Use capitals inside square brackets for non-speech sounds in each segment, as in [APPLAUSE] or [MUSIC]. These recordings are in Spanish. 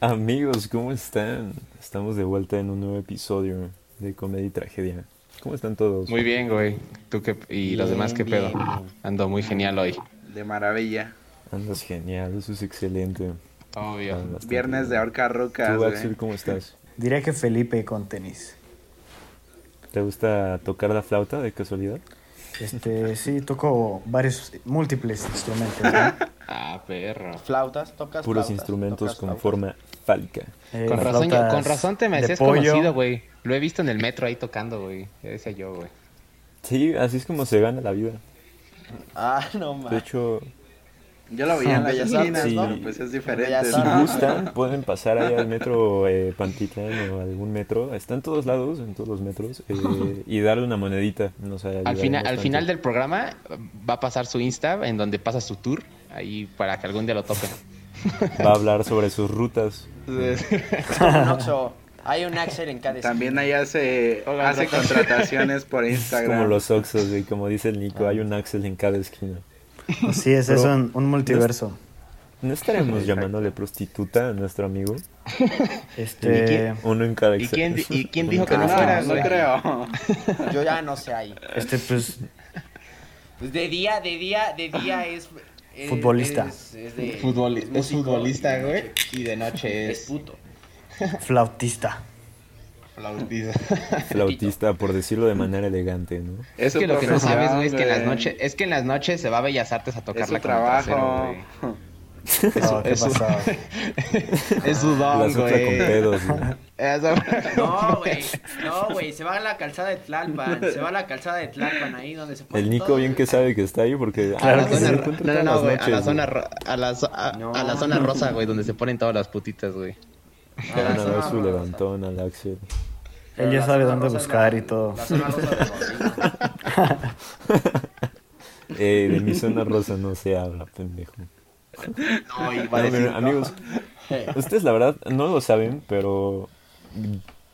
Amigos, ¿cómo están? Estamos de vuelta en un nuevo episodio de Comedia y Tragedia. ¿Cómo están todos? Muy bien, güey. ¿Tú qué, y los demás qué pedo? Ando muy genial hoy. De maravilla. Andas genial, eso es excelente. Obvio. Andas bastante Viernes de eh. bien. ahorca rocas, Tú, güey. Axel, ¿cómo estás? Diría que Felipe con tenis. ¿Te gusta tocar la flauta de casualidad? Este, sí, toco varios, múltiples instrumentos. [LAUGHS] ¿no? Ah, perro. Flautas, tocas Puros flautas, instrumentos tocas con flautas. forma fálica. Eh, Con razón, flautas con razón te me de decías pollo. conocido, güey. Lo he visto en el metro ahí tocando, güey. Ya decía yo, güey. Sí, así es como se gana la vida. Ah, [LAUGHS] no mames. De hecho, Yo lo veía en las Bellas esquinas, Artes, ¿no? sí. Pues es Bellas diferente, si Artes. ¿no? gustan, pueden pasar ahí al metro eh, Pantitlán o algún metro. Está en todos lados, en todos los metros. [LAUGHS] eh, y darle una monedita. Nos ayudará Al final, al bastante. final del programa va a pasar su Insta en donde pasa su tour. Ahí para que algún día lo toquen. Va a hablar sobre sus rutas. Un oxo. Hay un Axel en cada esquina. También ahí hace, Oigan, hace ratas. contrataciones [LAUGHS] por Es Instagram. como los Oxos, y como dice el Nico, hay un Axel en cada esquina. Sí, es eso, un, un multiverso. ¿No estaremos llamándole prostituta a nuestro amigo? ¿Y Este, quién? Uno en cada ¿Y quién, di- [LAUGHS] y quién dijo Uno en que no No, fuera, no güey? creo. Yo ya no sé ahí. este, pues, Pues de día, de día, de día es. es- Futbolista. Es, es de- Eh, Futboli- es músico. futbolista, güey. Y de noche Es es [LAUGHS] puto. flautista. flautista. flautista, por decirlo de manera elegante, ¿no? [LAUGHS] Es Es que su lo que no sabes, profesión, güey, es que en las güey. noches, es que en las noches se va a Bellas Artes a tocar Es la su trabajo. Oh, ¿Qué [LAUGHS] eso. pasado? [LAUGHS] Es su don, La sopla con Ah, güey. pedos, ¿no? [LAUGHS] Eso- [LAUGHS] No, güey. No, güey. Se va a la calzada de Tlalpan. Se va a la calzada de Tlalpan ahí donde se pone. El Nico todo. bien que sabe que está ahí porque... A Claro la Ah, que me zona ro- no, no, no, güey, a la zona, encuentro todas las noches, sí. ro- a la, zo- a, No. a la zona rosa, güey, donde se ponen todas las putitas, güey. güey. Te van a dar Ah, su no, levantón al Axel. Él ya La sabe zona dónde rosa es buscar la- y todo. La zona rosa de Rodrigo. Eh, de mi zona rosa no se habla, pendejo. No, y No, pero, amigos, ustedes la verdad no lo saben, pero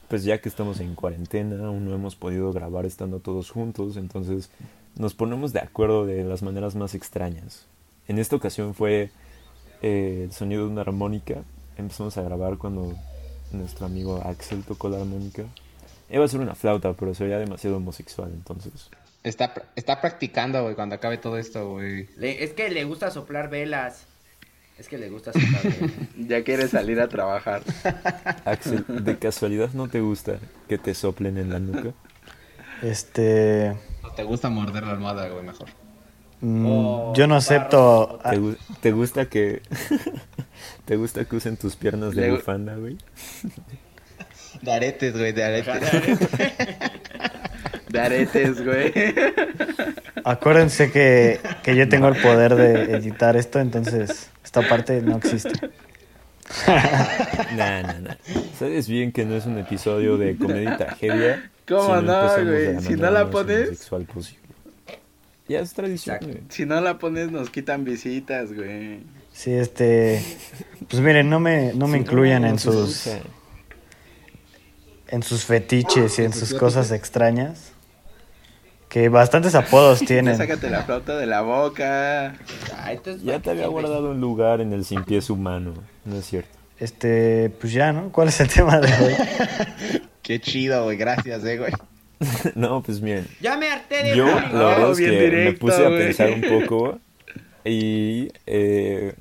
pues ya que estamos en cuarentena, aún no hemos podido grabar estando todos juntos, entonces nos ponemos de acuerdo de las maneras más extrañas. En esta ocasión fue eh, el sonido de una armónica. Empezamos a grabar cuando nuestro amigo Axel tocó la armónica. Iba a ser una flauta, pero se veía demasiado homosexual, entonces. Está, pr- está practicando, güey, cuando acabe todo esto, güey. Le- es que le gusta soplar velas. Es que le gusta soplar [LAUGHS] velas. [LAUGHS] Ya quiere salir a trabajar. Axel, ¿de casualidad no te gusta que te soplen en la nuca? Este, No te gusta morder la almohada, güey, mejor. mm, Oh, yo no acepto. ¿Te, gu- te gusta que [LAUGHS] te gusta que usen tus piernas de Le- bufanda, güey? De aretes, güey, de aretes. De aretes, güey. [LAUGHS] Acuérdense que, que yo tengo el poder de editar esto, entonces esta parte no existe. Nah, nah, nah. Sabes bien que no es un episodio de comedia y tragedia. ¿Cómo no, empezamos de güey? Si no manera la más pones- homosexual posible. Ya es tradición, Exacto. güey. Si no la pones, nos quitan visitas, güey. Sí, este, pues miren, no me, no me Si incluyan no en se sus, escucha. en sus fetiches y en sus cosas extrañas. Que [LAUGHS] bastantes apodos Ya tienen. sácate la flauta de la boca. Ah, entonces, Ya te había guardado un lugar en el sin pies humano, ¿no es cierto? [LAUGHS] Este, pues ya, ¿no? ¿Cuál es el tema de hoy? [LAUGHS] Qué chido, güey, gracias, eh, güey. no, pues miren. Ya me harté de Yo, bullying. la verdad es bien que me directo, puse a güey. pensar un poco y... eh,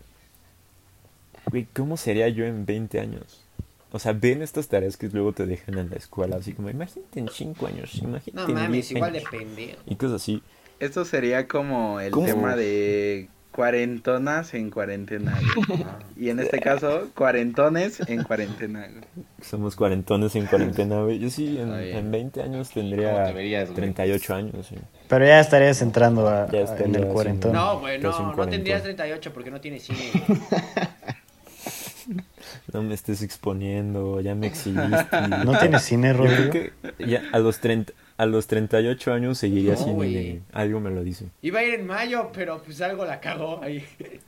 Güey, ¿cómo sería yo en 20 años? O sea, ven estas tareas que luego te dejan en la escuela, así como, imagínate en 5 años, imagínate No en 10 mames, igual de años. pendejo. Y cosas así. Esto sería como el ¿Cómo? tema de cuarentonas en cuarentena. güey, ¿no? Y en este caso, cuarentones en cuarentena. güey. Somos cuarentones en cuarentena, güey. Yo sí, en, Está bien. en 20 años ¿Cómo tendría te verías, güey? 38 años. sí. Pero ya estarías entrando a- Ya a- estaría en el haciendo- cuarentón. No, güey, Casi un no, no cuarentón. tendrías 38 porque no tienes cine. [LAUGHS] No me estés exponiendo, ya me exhibiste. ¿No tienes [LAUGHS] cine, Yo creo Rodrigo? que ya a los, 30, a los 38 años seguiría No, sin güey. INE. Algo me lo dice. Iba a ir en mayo, pero pues algo la cagó ahí. [LAUGHS]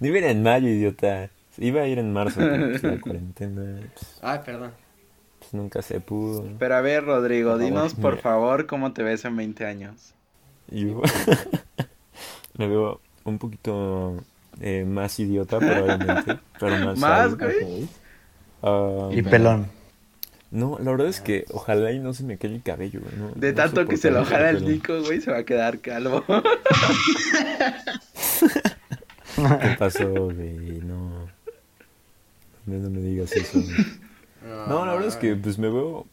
No iba a ir en mayo, idiota. Iba a ir en marzo, pero pues, la cuarentena pues, Ay, perdón. pues, nunca se pudo. ¿no? Pero a ver, Rodrigo, Por favor, dinos por mira. favor cómo te ves [LAUGHS] en 20 años. Y yo me veo un poquito eh, más idiota probablemente, pero más... [LAUGHS] Más, sabio. güey. Ah, Y pelón. no, la verdad es que ojalá y no se me quede el cabello, güey, no- De no tanto que se lo soportaría jala el pelón. Nico, güey, se va a quedar [LAUGHS] calvo. Pues, ¿Qué pasó, güey? No. No, no me digas eso. [LAUGHS] güey. No, la verdad es Ah. que pues me veo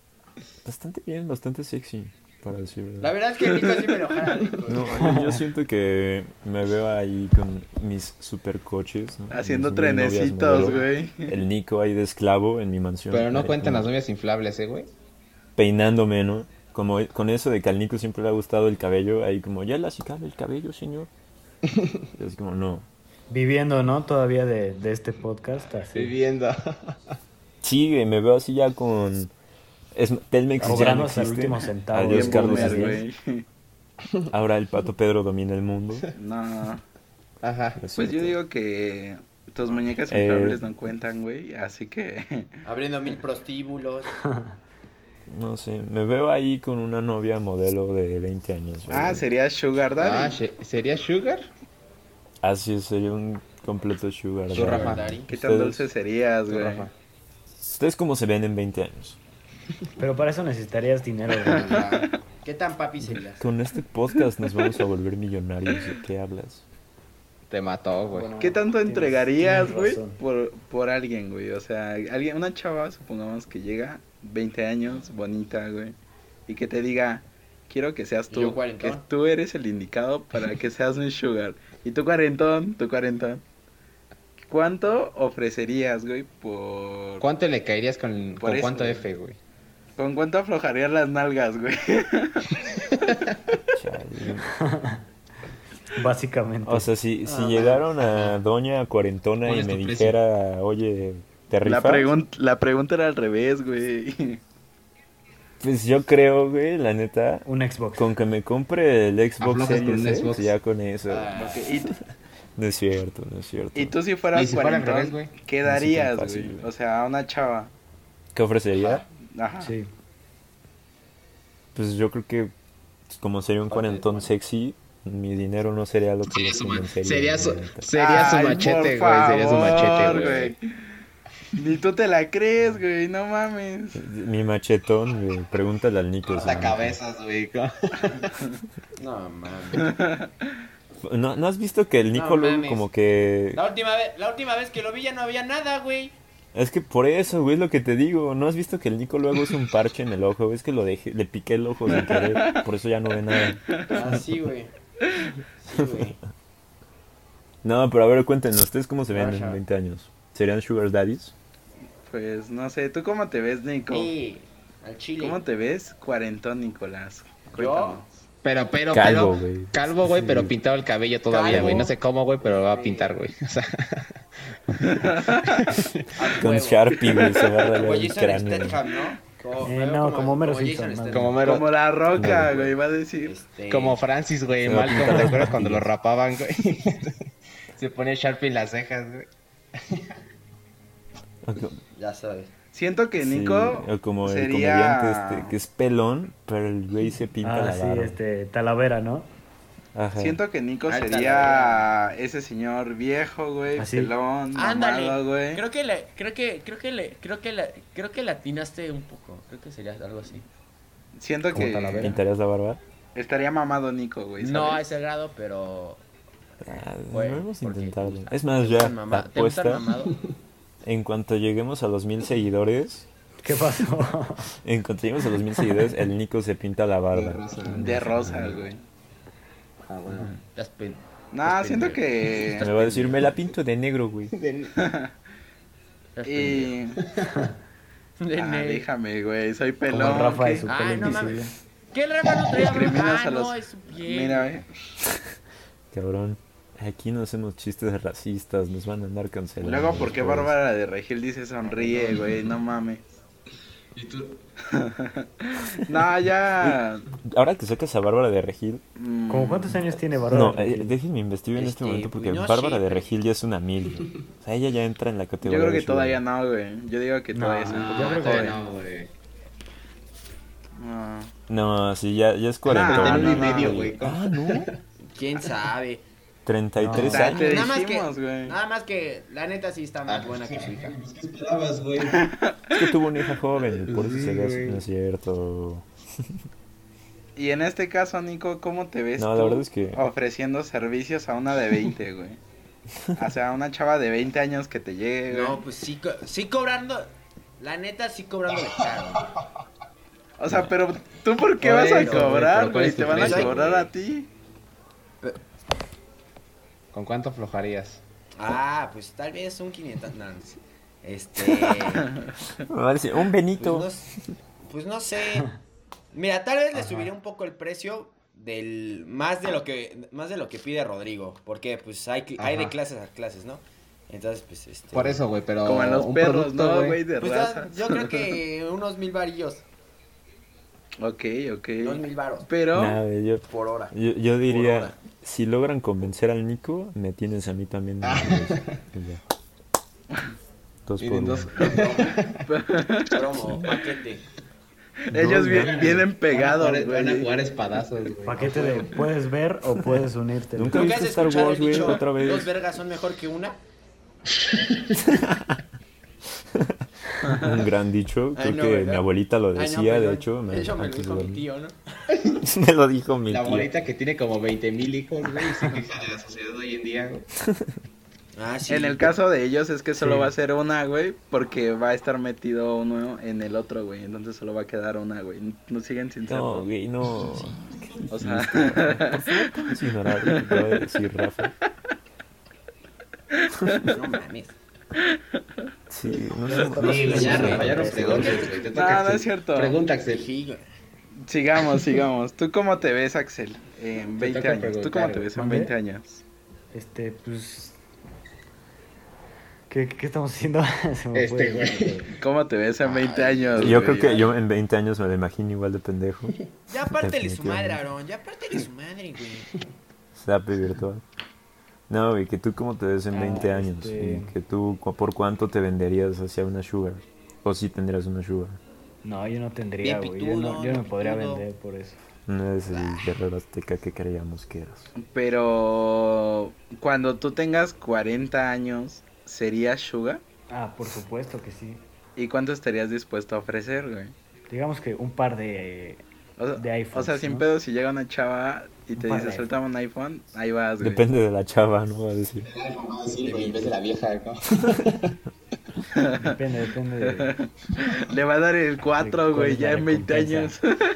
bastante bien, bastante sexy, para decir La verdad. verdad es que Nico sí me [LAUGHS] enojara. Nico. [LAUGHS] No, yo- yo siento que me veo ahí con mis supercoches. ¿no? Haciendo Mis mil novias trenecitos, modelo. güey. El Nico ahí de esclavo en mi mansión. Pero no Ahí, cuentan ¿no? las novias inflables, ¿eh, güey? Peinándome, ¿no? Como con eso de que al Nico siempre le ha gustado el cabello, ahí como, ya le acicala el cabello, [LAUGHS] señor. Y es como, no. Viviendo, ¿no? Todavía de, de este podcast. así. Viviendo. Sí, güey, me veo así ya con. Es, Telmex ya no Cobrando hasta el existe. último centavo. Adiós, Bien Los Carlos boomer, Slim. güey. Ahora el pato Pedro domina el mundo. No. [LAUGHS] Ajá. Es Pues yo cierto. digo que tus muñecas Eh. inflables no cuentan, güey, [LAUGHS] así que... Abriendo mil prostíbulos. No sé, me veo ahí con una novia modelo de 20 años. güey. Ah, sería Sugar Ah, Daddy. she- ¿Sería Sugar? Así es, sería un completo sugar. Tú, daddy. Rafa. Daddy. ¿Qué tan ustedes- dulce serías, Tú, güey? Rafa. ¿Ustedes cómo se ven en 20 años? Pero para eso necesitarías dinero. güey. ¿Qué tan papi [LAUGHS] serías? Con este podcast nos vamos a volver millonarios. ¿De qué hablas? Te mató, güey. [LAUGHS] Bueno, ¿Qué tanto tienes- entregarías, tienes güey, razón. por, por alguien, güey? O sea, alguien, una chava, supongamos que llega, 20 años, bonita, güey, y que te diga, quiero que seas Y yo tú, que cuarentón. tú eres el indicado para que seas mi sugar. Y tú cuarentón, tú cuarentón. ¿Cuánto ofrecerías, güey, por... ¿Cuánto le caerías con, Por con eso, cuánto güey. F, güey? ¿Con cuánto aflojarías las nalgas, güey? Chale. Básicamente. O sea, si, si llegaron a Doña Cuarentona Ah. ¿Cuál y es me tu precio? dijera, oye, ¿te La, rifas? pregun- la pregunta era al revés, güey. Pues yo creo, güey, la neta, un Xbox. Con que me compre el Xbox Aflojas con Series un X, Xbox. ya con eso. Ah, Ok, y, No es cierto, no es cierto. y tú si Y fueras si fuera al cuarentón, revés, güey. ¿qué No es tan darías, fácil, güey? güey. O sea, a una chava. ¿Qué ofrecería? Ajá. Sí. Pues yo creo que pues, como sería un cuarentón sexy, mi dinero no sería lo que le Sería convencería. su, la neta. sería su Ay, machete, por güey. Sería su machete, favor, güey. Ni tú te la crees, güey, no mames. Mi machetón, güey, pregúntale al Nico. si Hasta no- cabezas, güey. No mames. ¿No, ¿no has visto que el Nico No luego mames. como que... La última vez, la última vez que lo vi ya no había nada, güey. Es que por eso, güey, es lo que te digo. ¿No has visto que el Nico luego es un parche en el ojo? güey? Es que lo dejé, le piqué el ojo sin querer, por eso ya no ve nada. Así, Ah, güey. Sí, güey. No, pero a ver, cuéntenos, ¿ustedes cómo se ven en Ajá. 20 años? ¿Serían sugar daddies? Pues no sé, ¿tú cómo te ves, Nico? Sí, al chile. ¿Cómo te ves? Cuarentón, Nicolás. Yo, Pero, pero, Calvo, pero. güey. Calvo, güey, pero pintado el cabello todavía, Calvo. güey. No sé cómo, güey, pero lo va a pintar, güey. [LAUGHS] O sea, al Con huevo. Sharpie, güey, se va a Como rayar el Jason cráneo. Statham, ¿no? Como, Eh, me veo no, como Homero Simpson, Jason madre. como mero- Como la roca, No. güey, va a decir. Este, Como Francis, güey, Se va a Malcolm, pintar ¿te las acuerdas cuando lo patillas. rapaban, güey? [LAUGHS] Se ponía Sharpie en las cejas, güey. O co- Ya sabes. Siento que sí, Nico o como el sería- comediante este, que es pelón, pero el güey se pinta Ah, la sí, barba. este, Talavera, ¿no? Ajá. Siento que Nico Alta sería ese señor viejo, güey, ¿Ah, Así. pelón, Ándale. mamado, güey. Creo que le, creo que, creo que le, creo que le, creo que le atinaste un poco. Creo que sería algo así. Siento Como Talavera. que ¿Pintarías la barba? estaría mamado Nico, güey. No a ¿sabes? ese grado, pero. Ah, Güey, debemos porque- intentarlo. Es más, ya, tan la mama- ¿Te gustan apuesta, mamado? [LAUGHS] en cuanto lleguemos a los mil seguidores, ¿Qué pasó? en cuanto lleguemos a los mil seguidores, el Nico se pinta la barba. Ah, De rosa, güey. Ah, Estás pen- No, Estás siento pendejo. que... [LAUGHS] Me va a decir, me la pinto de negro, güey. estás pendejo. Y... [LAUGHS] De Eh, Ah, ne- déjame, güey, soy [LAUGHS] pelón. Como el Rafa de ¿qué? su Ay, pelo no invisible. ¿Qué el Rafa no traía Discriminas bronca? a Ah, los- no, es su piel. Mira, eh. Cabrón, aquí no hacemos chistes racistas, nos van a andar cancelando. Luego, ¿por qué después. Bárbara de Regil dice sonríe, güey? No mames. ¿Y tú? [LAUGHS] no, ya. Ahora que sacas a Bárbara de Regil, mm, ¿Cómo cuántos años tiene No, Bárbara? eh, déjenme investigar en este Este, momento porque pues, no Bárbara sé, de pero- Regil ya es una mil. güey. O sea, ella ya entra en la Yo categoría. creo que de su- todavía no, güey. Yo digo que No, todavía es un poco yo creo que joven. Ah, no, güey. No. No, sí, ya, ya es cuarentona. Ah, Tenía un no, y medio, no, güey. Ah, no. ¿Quién sabe? 33 Ya años. te Nada más que- dijimos, güey. Ah, Nada más que la neta sí está más buena que su hija. Pues, ¿Qué esperabas, güey? Es que tuvo una hija joven, y por eso Sí, se gasta. güey. No es cierto. Y en este caso, Nico, ¿cómo te ves No, la tú verdad es que- ofreciendo servicios a una de 20, güey? O sea, a una chava de 20 años que te llegue, güey. No, pues sí, co- sí cobrando. La neta sí cobrando caro. [LAUGHS] o sea, pero ¿tú por qué Por vas a eso, güey, cobrar, pero ¿cuál güey? es tu Te van a precio, cobrar güey? a ti. ¿Con cuánto aflojarías? Ah, pues tal vez un 500. No, no sé. [LAUGHS] este. Ah, sí, Un Pues Benito. no, s- pues no sé. Mira, tal vez le subiré un poco el precio del más de lo que más de lo que pide Rodrigo, porque pues hay que- hay de Ajá. clases a clases, ¿no? Entonces pues este. Por eso, güey, pero. Como en los Oh, un perros, producto, ¿no, güey? De Pues raza. ya, yo creo que unos mil varillos, Ok, dos ok. mil varos Pero, [LAUGHS] Nah, güey, yo, por hora. yo, yo Por diría, hora. si logran convencer al Nico, me tienes a mí también. en el negocio. Y ya. Dos por Miren, uno. dos- Promo, paquete. ellos vi- vienen pegados, Van a jugar- Van a güey. jugar espadazos, güey. Paquete de puedes ver o puedes unirte. Nunca- ¿Nunca has viste Star escuchado Wars, el güey, dicho, otra vez? dos vergas son mejor que una? [LAUGHS] Un gran dicho. Creo Ay, no, que ¿verdad? mi abuelita lo Ay, no, decía, de perdón. hecho. Me, Eso me lo antes dijo de mi dormir. tío, ¿no? [LAUGHS] Me lo dijo mi La tío. abuelita que tiene como 20 mil hijos, güey, y se queja de la sociedad hoy en día, güey. Ah, sí. En el caso de ellos es que solo Sí. va a ser una, güey, porque va a estar metido uno en el otro, güey. Entonces solo va a quedar una, güey. No siguen sin ser No, dos. güey, no. O sea, Es ignorable lo que acaba de decir Rafa. No mames. Sí, no sé. no Sí, sé güey, si ya, me Rafa, ya no parece. preguntes, güey. Te [LAUGHS] No, toca, Ah, no es Axel. cierto. Pregunta, Axel. Sí, güey. sigamos, sigamos. ¿Tú cómo te ves, Axel, en Te 20 toca años? ¿Tú preguntar, cómo te güey. ves en ¿Mande? 20 años? Este, pues. ¿Qué, qué estamos haciendo? [LAUGHS] Se me fue. Este, güey. ¿Cómo te ves en 20 años? Yo güey? creo que yo en 20 años me lo imagino igual de pendejo. Ya apártele su madre, Definitivamente. Aaron. Ya apártele su madre, güey. Sape virtual. No, güey, que tú cómo te ves en Ah, 20 años. este- Y que tú cu- por cuánto te venderías hacia una sugar. O si tendrías una sugar. No, yo no tendría, Bien güey. Yo no, pitudo, yo no bien podría pitudo. vender por eso. No es el guerrero azteca que creíamos que eras. Pero cuando tú tengas 40 años, ¿serías Suga? Ah, por supuesto que sí. ¿Y cuánto estarías dispuesto a ofrecer, güey? Digamos que un par de. O sea, De iPhones, o sea, sin ¿no? pedo, si llega una chava y te Un par dice, de suéltame un iPhone, ahí vas, güey. Depende de la chava, ¿no? Va a decir. Ah, No, sí, güey, en vez de la vieja, ¿no? Depende, depende [LAUGHS] de. Le va a dar el ¿Cuál 4, güey, es la ya en 20 años. recompensa?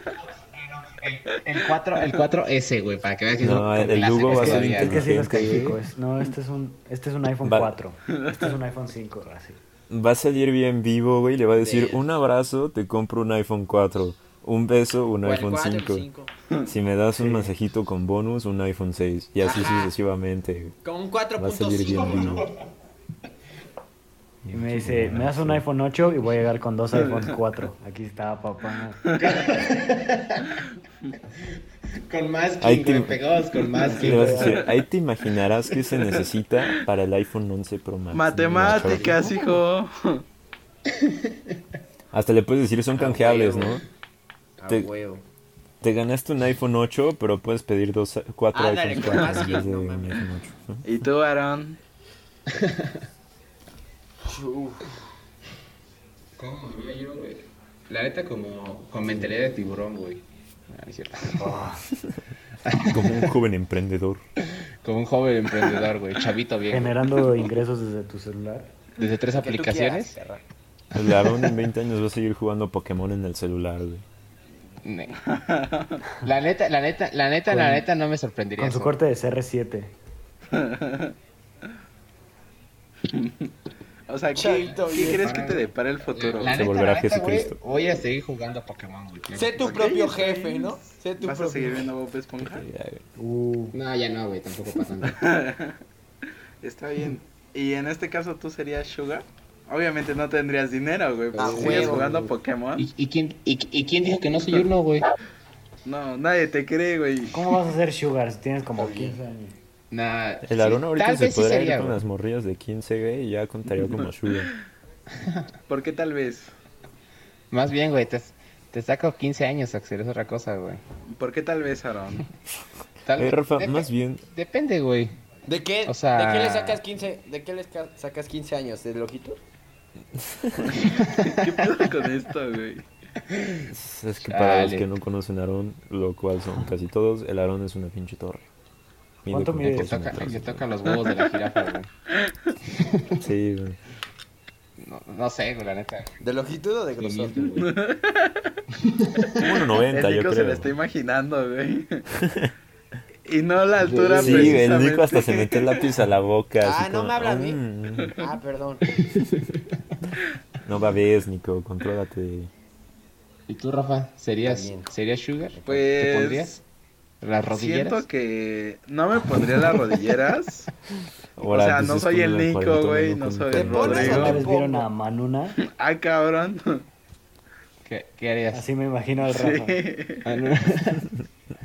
El 4, el 4S, güey, para que veas que No, el- el Hugo va a Es ser que, Todavía es que sí los inteligente, güey. califico. es- no, este es un, este es un iPhone Va- 4. Este es un iPhone 5, así. Va a salir bien vivo, güey. Le va a decir Ver. un abrazo, te compro un iPhone 4. Un beso, un O el iPhone cuatro, el 5. cinco. Si me das un masajito con bonus, un iPhone 6. Y así Ajá. sucesivamente. güey. Con un Va a salir 4.5, bien ¿no? vivo. Y me dice, me das un iPhone 8 y voy a llegar con dos [LAUGHS] iPhone 4. Aquí está, papá. Con más Ahí que güey, te- pegados con Ah, más [LAUGHS] Le vas a decir, Ah, ahí te imaginarás que se necesita para el iPhone 11 Pro Max. Matemáticas, hijo. Hasta le puedes decir, Ah, son canjeables, ¿no? A Te- Ah, huevo. Te ganaste un iPhone 8, pero puedes pedir dos, cuatro Ándale, iPhones con 4 más en vez de no un mames. iPhone 8. [LAUGHS] ¿Y tú, Aaron? Uf, ¿Cómo me veo yo, güey? La neta, como con mentalidad de tiburón, güey. Ah, no es cierto. ¿no? Como un joven emprendedor. [LAUGHS] Como un joven emprendedor, güey. Chavito bien. güey. Generando ingresos desde tu celular. Desde tres lo que tú aplicaciones. quieras, perra. El Aarón en 20 años va a seguir jugando Pokémon en el celular, güey. Ne. La neta, la neta, la neta, la Con- neta no me sorprendería. Con su eso. corte de CR7. O sea, ¿qué, Chavito, ¿qué bien. crees que te depara el futuro? La Se neta, volverá la neta, Jesucristo. güey, voy a seguir jugando a Pokémon, güey. Sé tu propio jefe, ¿no? Sé tu ¿Vas a seguir propio viendo Bob Ah. Esponja? Ya, güey. Uh, No, ya no, güey, tampoco pasa nada. Está bien. ¿Y en este caso tú serías Sugar? Obviamente no tendrías dinero, güey. Ah, Pues si sigues huevo. jugando a Pokémon. ¿Y, y quién, y, y quién dijo que no soy uno, güey? No, nadie te cree, güey. ¿Cómo vas a hacer sugar si tienes como 15 años? Nah, El Aarón sí, ahorita tal se vez sí podrá sería, ir con güey. las morrillas de 15, güey, y ya contaría [LAUGHS] como suya. ¿Por qué tal vez? Más bien, güey, te, te saco 15 años, Axel, es otra cosa, güey. ¿Por qué tal vez, Aaron? Tal Eh, Rafa, depe- más bien, Depende, güey. ¿De qué, O sea- ¿de qué le sacas 15, de qué le ca- sacas 15 años? ¿Del ojito? ¿Qué pedo con esto, güey? Es que para los Chale. que no conocen a Aarón, lo cual son casi todos, el Aarón es una pinche torre. Mide ¿Cuánto como mide? dos Que toca, metros. que toca los huevos [LAUGHS] de la jirafa, güey. Sí, [LAUGHS] güey. No, no sé, güey, la neta. ¿De longitud o de grosor? El 1.90, yo Nico se creo. lo está [LAUGHS] imaginando, güey. Y no la altura, Sí, el precisamente. Nico hasta se metió el lápiz a la boca. Ah, así no como, me habla a mí. "Mm, Ah, perdón. No babes, Nico, contrólate. ¿Y tú, Rafa? ¿Serías, También. ¿serías Sugar? ¿Te [LAUGHS] Pues, pondrías las rodilleras? Siento que no me pondría las rodilleras. Ahora, o sea, pues, no es soy como el la Nico, cuarentona, güey, ¿no? no Con- soy ¿Te el pones Una a la- Rodrigo. vez vieron a Manuna, Ah, cabrón. ¿Qué, qué harías? así me imagino al Rafa. [LAUGHS] Sí. Ah, no.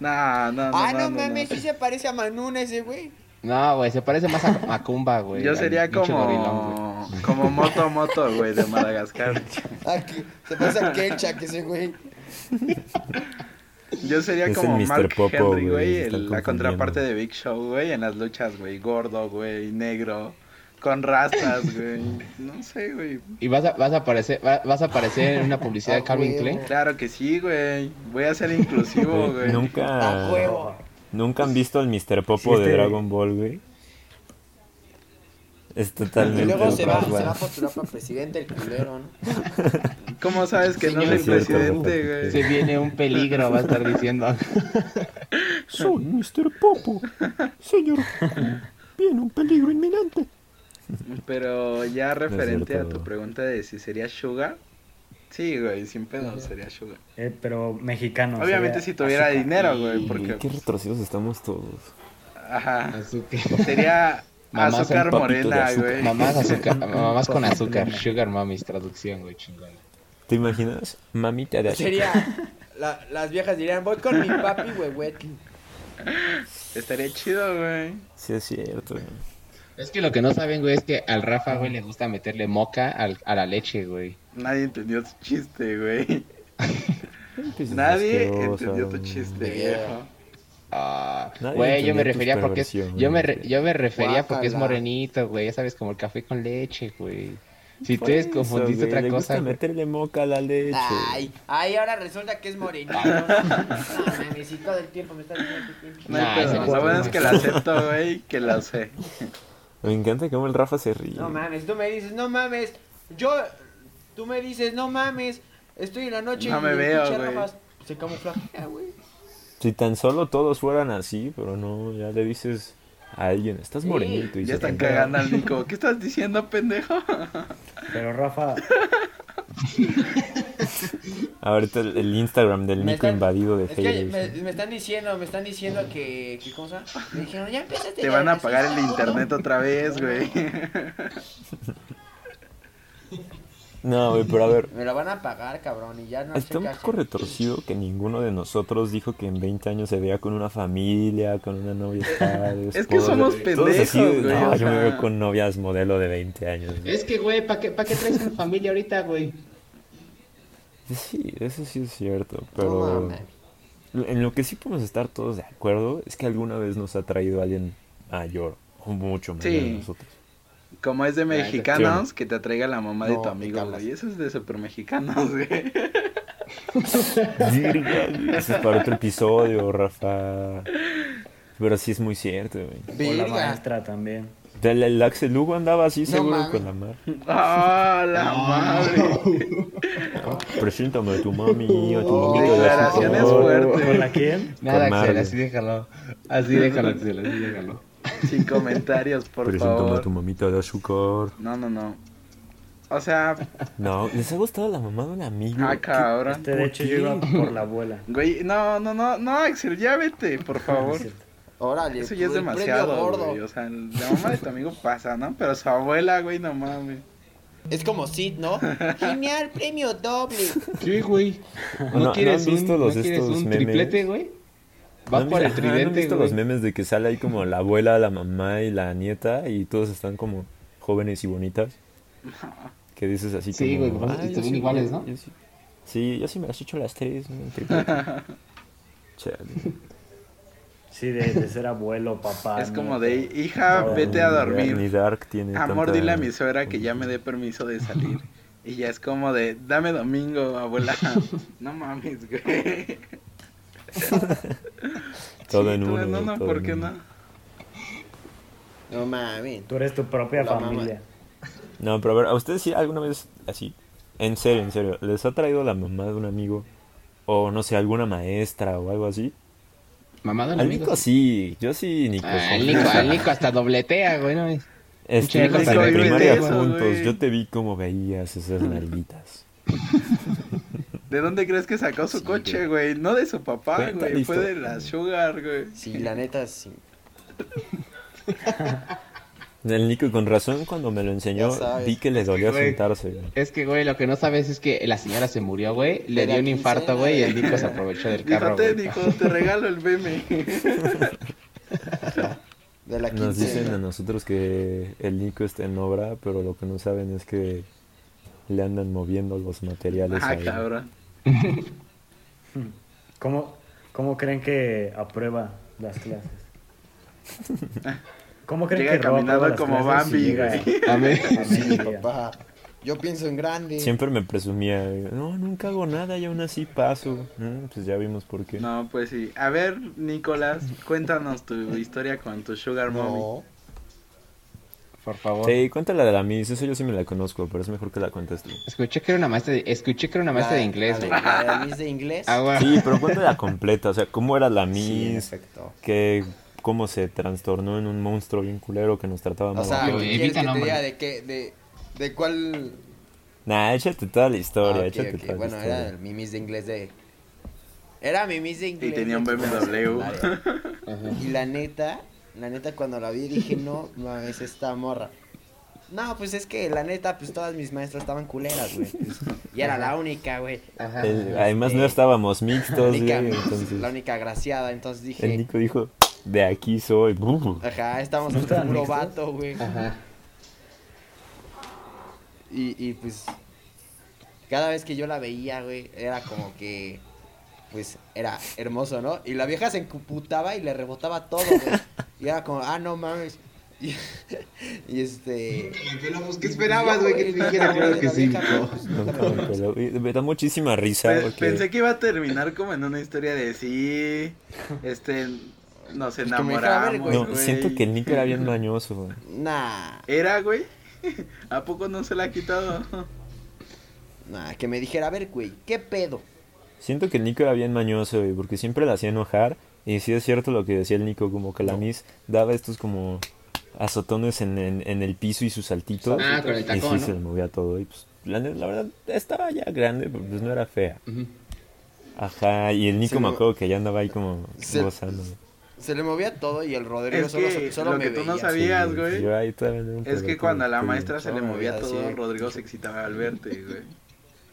No, no, no. Ah, no, no mames, sí se parece a Manuna ese güey. [LAUGHS] No, güey, se parece más a Macumba, güey. Yo al sería pinche gorilón, güey. como. Como Moto Moto, güey, de Madagascar. Ah, que- se parece a Kenchak [LAUGHS] ese güey. Yo sería Es como el Mr. Mark Popo, Henry, güey, güey, se el- están la contraparte confundiendo. de Big Show, güey, en las luchas, güey, gordo, güey, negro, con rastas, güey, no sé, güey. Y vas a, vas a aparecer, va- vas a aparecer en una publicidad de Ah, Calvin huevo. Klein. Claro que sí, güey, voy a ser inclusivo, Güey, güey. A Nunca. huevo. Nunca han visto el Mr. Sí, Popo este- de Dragon Ball, güey. Es totalmente. Y luego lo se va, más, güey. se va a postular para presidente el culero, ¿no? ¿Cómo sabes que no Señor. soy Es cierto, presidente, güey? Se viene un peligro, va a estar [LAUGHS] diciendo. Soy Mr. Popo. Señor. Viene un peligro inminente. Pero ya es referente a cierto. tu pregunta de si sería Sugar, sí, güey, sin pedo sería Sugar. Eh, pero mexicano. Obviamente si sería tuviera azúcar. dinero, güey, Y- porque, pues, Qué retorcidos estamos todos. ajá, Así que- sería [LAUGHS] Mamás azúcar son papito de morena, azúcar. güey. Mamás, azúcar, [LAUGHS] mamás con azúcar. Sugar mamis, traducción, güey, chingón. ¿Te imaginas? Mamita de azúcar. Sería. la- las viejas dirían, voy con mi papi, güey, güey. [LAUGHS] Estaría chido, güey. Sí, es cierto. güey. Es que lo que no saben, güey, es que al Rafa, güey, le gusta meterle moca al- a la leche, güey. Nadie entendió tu chiste, güey. Pues, [LAUGHS] Nadie asquerosa, entendió tu güey. chiste, Yeah. viejo. Ah, Nadie güey, yo entendió me tus refería porque es, perversiones, yo me güey. re- yo me refería porque es Guácala. morenito, güey, ya sabes, como el café con leche, güey. Si Por tú es eso, confundiste Pues, güey, otra le cosa, gusta güey. meterle moca a la leche. Ay, ay, ahora resulta que es morenito. No, mames, y todo el tiempo me está diciendo que tiene- No hay Nah, pedo. ese no Lo es bueno broma. es que la acepto, güey, que [LAUGHS] la sé. Me encanta cómo el Rafa se ríe. No mames, tú me dices, no mames. Yo, tú me dices, no mames. Estoy en la noche No y me el veo, pinche güey. Rafa Se camuflajea, güey. Si tan solo todos fueran así, pero no, ya le dices a alguien, estás Sí, morenito. y Ya se están te- cagando al Nico. ¿Qué estás diciendo, [LAUGHS] pendejo? Pero Rafa, Ahorita el, el Instagram del Me Nico están- invadido de Es que haters. me, me están diciendo, me están diciendo que, que ¿cómo se llama? Me dijeron, ya empezaste. Te ya van a empezaste, pagar el puto". internet otra vez, güey. [LAUGHS] No, güey, pero a ver, Me lo van a pagar, cabrón, y ya no está sé un qué poco hacer. retorcido que ninguno de nosotros dijo que en 20 años se vea con una familia, con una novia estable, Eh, Es que somos esposa. Todos así, pendejos, güey, no, o yo me veo sea. con novias modelo de 20 años. Eh, güey". Es que, güey, ¿para qué, pa' qué traes una familia ahorita, güey? Sí, eso sí es cierto, No pero mames. en lo que sí podemos estar todos de acuerdo es que alguna vez nos ha traído alguien mayor o mucho mayor Sí. a nosotros. Como es de Ay, mexicanos, que te atraiga la mamá de tu No, ¿de qué amigo, hablas? güey. Eso es de super mexicanos, [LAUGHS] güey. [LAUGHS] Verga, güey, Eso es para otro episodio, Rafa. Pero sí es muy cierto, güey. o la Verga. maestra también. El, el Axel Hugo andaba así No seguro mames. con la mar. ¡Ah, la madre! Preséntame a tu mami, a tu Oh, mamita de declaraciones favor. fuertes. ¿Con la quién? Nada, Con Axel, Marvel. así déjalo. Así déjalo, Axel, así déjalo. Sin comentarios, por Preséntame a favor. tu mamita de azúcar. No, no, no. [LAUGHS] O sea, No, ¿les ha gustado la mamá de un amigo? ah, cabrón. Este, de hecho, yo iba por la abuela. Güey, no, no, no, no, Axel, ya vete, [LAUGHS] por favor. Órale, Eso ya es el premio demasiado, gordo. güey. O sea, la mamá de tu amigo pasa, ¿no? Pero su abuela, güey, no mames. Es como Sid, [LAUGHS] ¿no? Genial, premio doble. Sí, güey. ¿No, ¿No- no quieres han un, visto los- ¿no quieres estos un memes? triplete, güey? Va ¿No han por el visto- ajá, ¿no han tridente, visto güey. los memes de que sale ahí como la abuela, la mamá y la nieta y todos están como jóvenes y [LAUGHS] bonitas? Que dices así Sí, como... güey, que pasa "Ah, que yo se ven sí, iguales, ¿no?" yo sí- [LAUGHS] Sí, yo sí me las he hecho las tres. ¿no? Triplete. Chale. Sí, de, de ser abuelo, Ah, papá. Es ¿no? como de, hija, No, vete a Ni dormir. Dark tiene Amor, tanta- dile a mi suegra que ya me dé permiso de salir. Y ya es como de, dame domingo, [LAUGHS] abuela. No mames, güey. Todo Sí, en tú, uno. No, no, todo ¿por en qué uno. no? No mames. Tú eres tu propia La mamá. familia. No, pero a ver, ¿a ustedes sí alguna vez así? En serio, en serio, ¿les ha traído la mamá de un amigo? O no sé, alguna maestra o algo así. Mamado el Al Nico amigo. sí, yo sí, pues, Nico. Ah, sí. al Nico, al Nico hasta dobletea, güey. ¿no? Este, Nico, desde vive de primaria eso, juntos, güey. yo te vi como veías esas narguitas. ¿De dónde crees que sacó su Sí, coche, güey? No de su papá, Cuenta la güey. Fue de historia. la Sugar, güey. Sí, la neta, sí. El Nico, con razón, cuando me lo enseñó, Ya sabes. vi que le dolió güey. sentarse. güey. Es que, güey, lo que no sabes es que la señora se murió, güey. De Le la dio un infarto, quincena, güey, y el güey. Nico se aprovechó del carro, Fíjate, güey. Nico, te regalo el meme. De la Nos dicen a quincena. nosotros que el Nico está en obra, pero lo que no saben es que le andan moviendo los materiales. Ah, ahí. cabrón. ¿Cómo, ¿Cómo creen que aprueba [LAUGHS] las clases? ¿Cómo creen Llega que Rob caminando aprueba las como clases y Bambi, llega güey. a A mí- Sí, mediodía? papá. Yo pienso en grande. Siempre me presumía, no, nunca hago nada y aún así paso. Mm, pues ya vimos por qué. No, pues sí. A ver, Nicolás, cuéntanos tu historia con tu Sugar Mommy. No. Por favor. Sí, cuéntala de la Miss, eso yo sí me la conozco, pero es mejor que la cuentes tú. Escuché que era una maestra de, escuché que era una La- maestra Ah, de inglés, la de- güey. La de Miss de inglés. Ah, güey. Sí, pero [LAUGHS] cuéntala completa, o sea, cómo era la Sí, en Miss, efecto. que, cómo se trastornó en un monstruo bien culero que nos trataba O mal. sea, Ay, güey, ¿quieres evita que te nombres. diga de qué, de, de cuál? Nah, échate toda la Ah, historia, ok, échate ok. toda Bueno, la era historia. el mimis de inglés de, era mimis de inglés. tenía un de primero a BMW. secundaria. Ajá. Y la neta, la neta cuando la vi dije, no mames, esta morra. No, pues es que la neta, pues todas mis maestras estaban culeras, güey. pues, y era la única, güey. Ajá. El- además no este, estábamos La mixtos, única, güey, entonces la única graciada, entonces el dije, Nico dijo, de aquí soy. [LAUGHS] ajá, estamos ¿No con estaban puro mixtos? vato, güey. Ajá. Y, y pues cada vez que yo la veía, güey, era como que pues era hermoso, ¿no? Y la vieja se encuputaba y le rebotaba todo, güey. Y era como, ah, no mames. [LAUGHS] Y, y este. ¿Qué esperabas, güey? Que te dijera, claro que sí, Nico. pues, [LAUGHS] Pero, güey, me da muchísima risa Pe- porque... Pensé que iba a terminar como en una historia de sí, este, nos que me dejara ver, enamoramos, güey. No, güey. siento que el Nico era bien mañoso, güey. Nah, ¿Era, güey? [LAUGHS] ¿A poco no se la ha quitado? nah, que me dijera, a ver, güey, ¿qué pedo? Siento que el Nico era bien mañoso, güey, porque siempre la hacía enojar. Y sí es cierto lo que decía el Nico, como que la Miss daba estos como azotones en, en- en el piso y sus saltitos. Ah, con el y sí tacón, ¿no? se le movía todo. Y pues, la, ne- la verdad, estaba ya grande, pero pues no era fea. Ujú. Ajá, y el Nico Sí, me no. acuerdo que ya andaba ahí como Se- gozando. Se le movía todo y el Rodrigo Es solo, que solo lo me que tú no veía. sabías- Sabías, güey. yo ahí todavía no era un Es que pelotudo, cuando a la sí. maestra se le no, movía ya, todo, sí. Rodrigo se excitaba al verte, güey.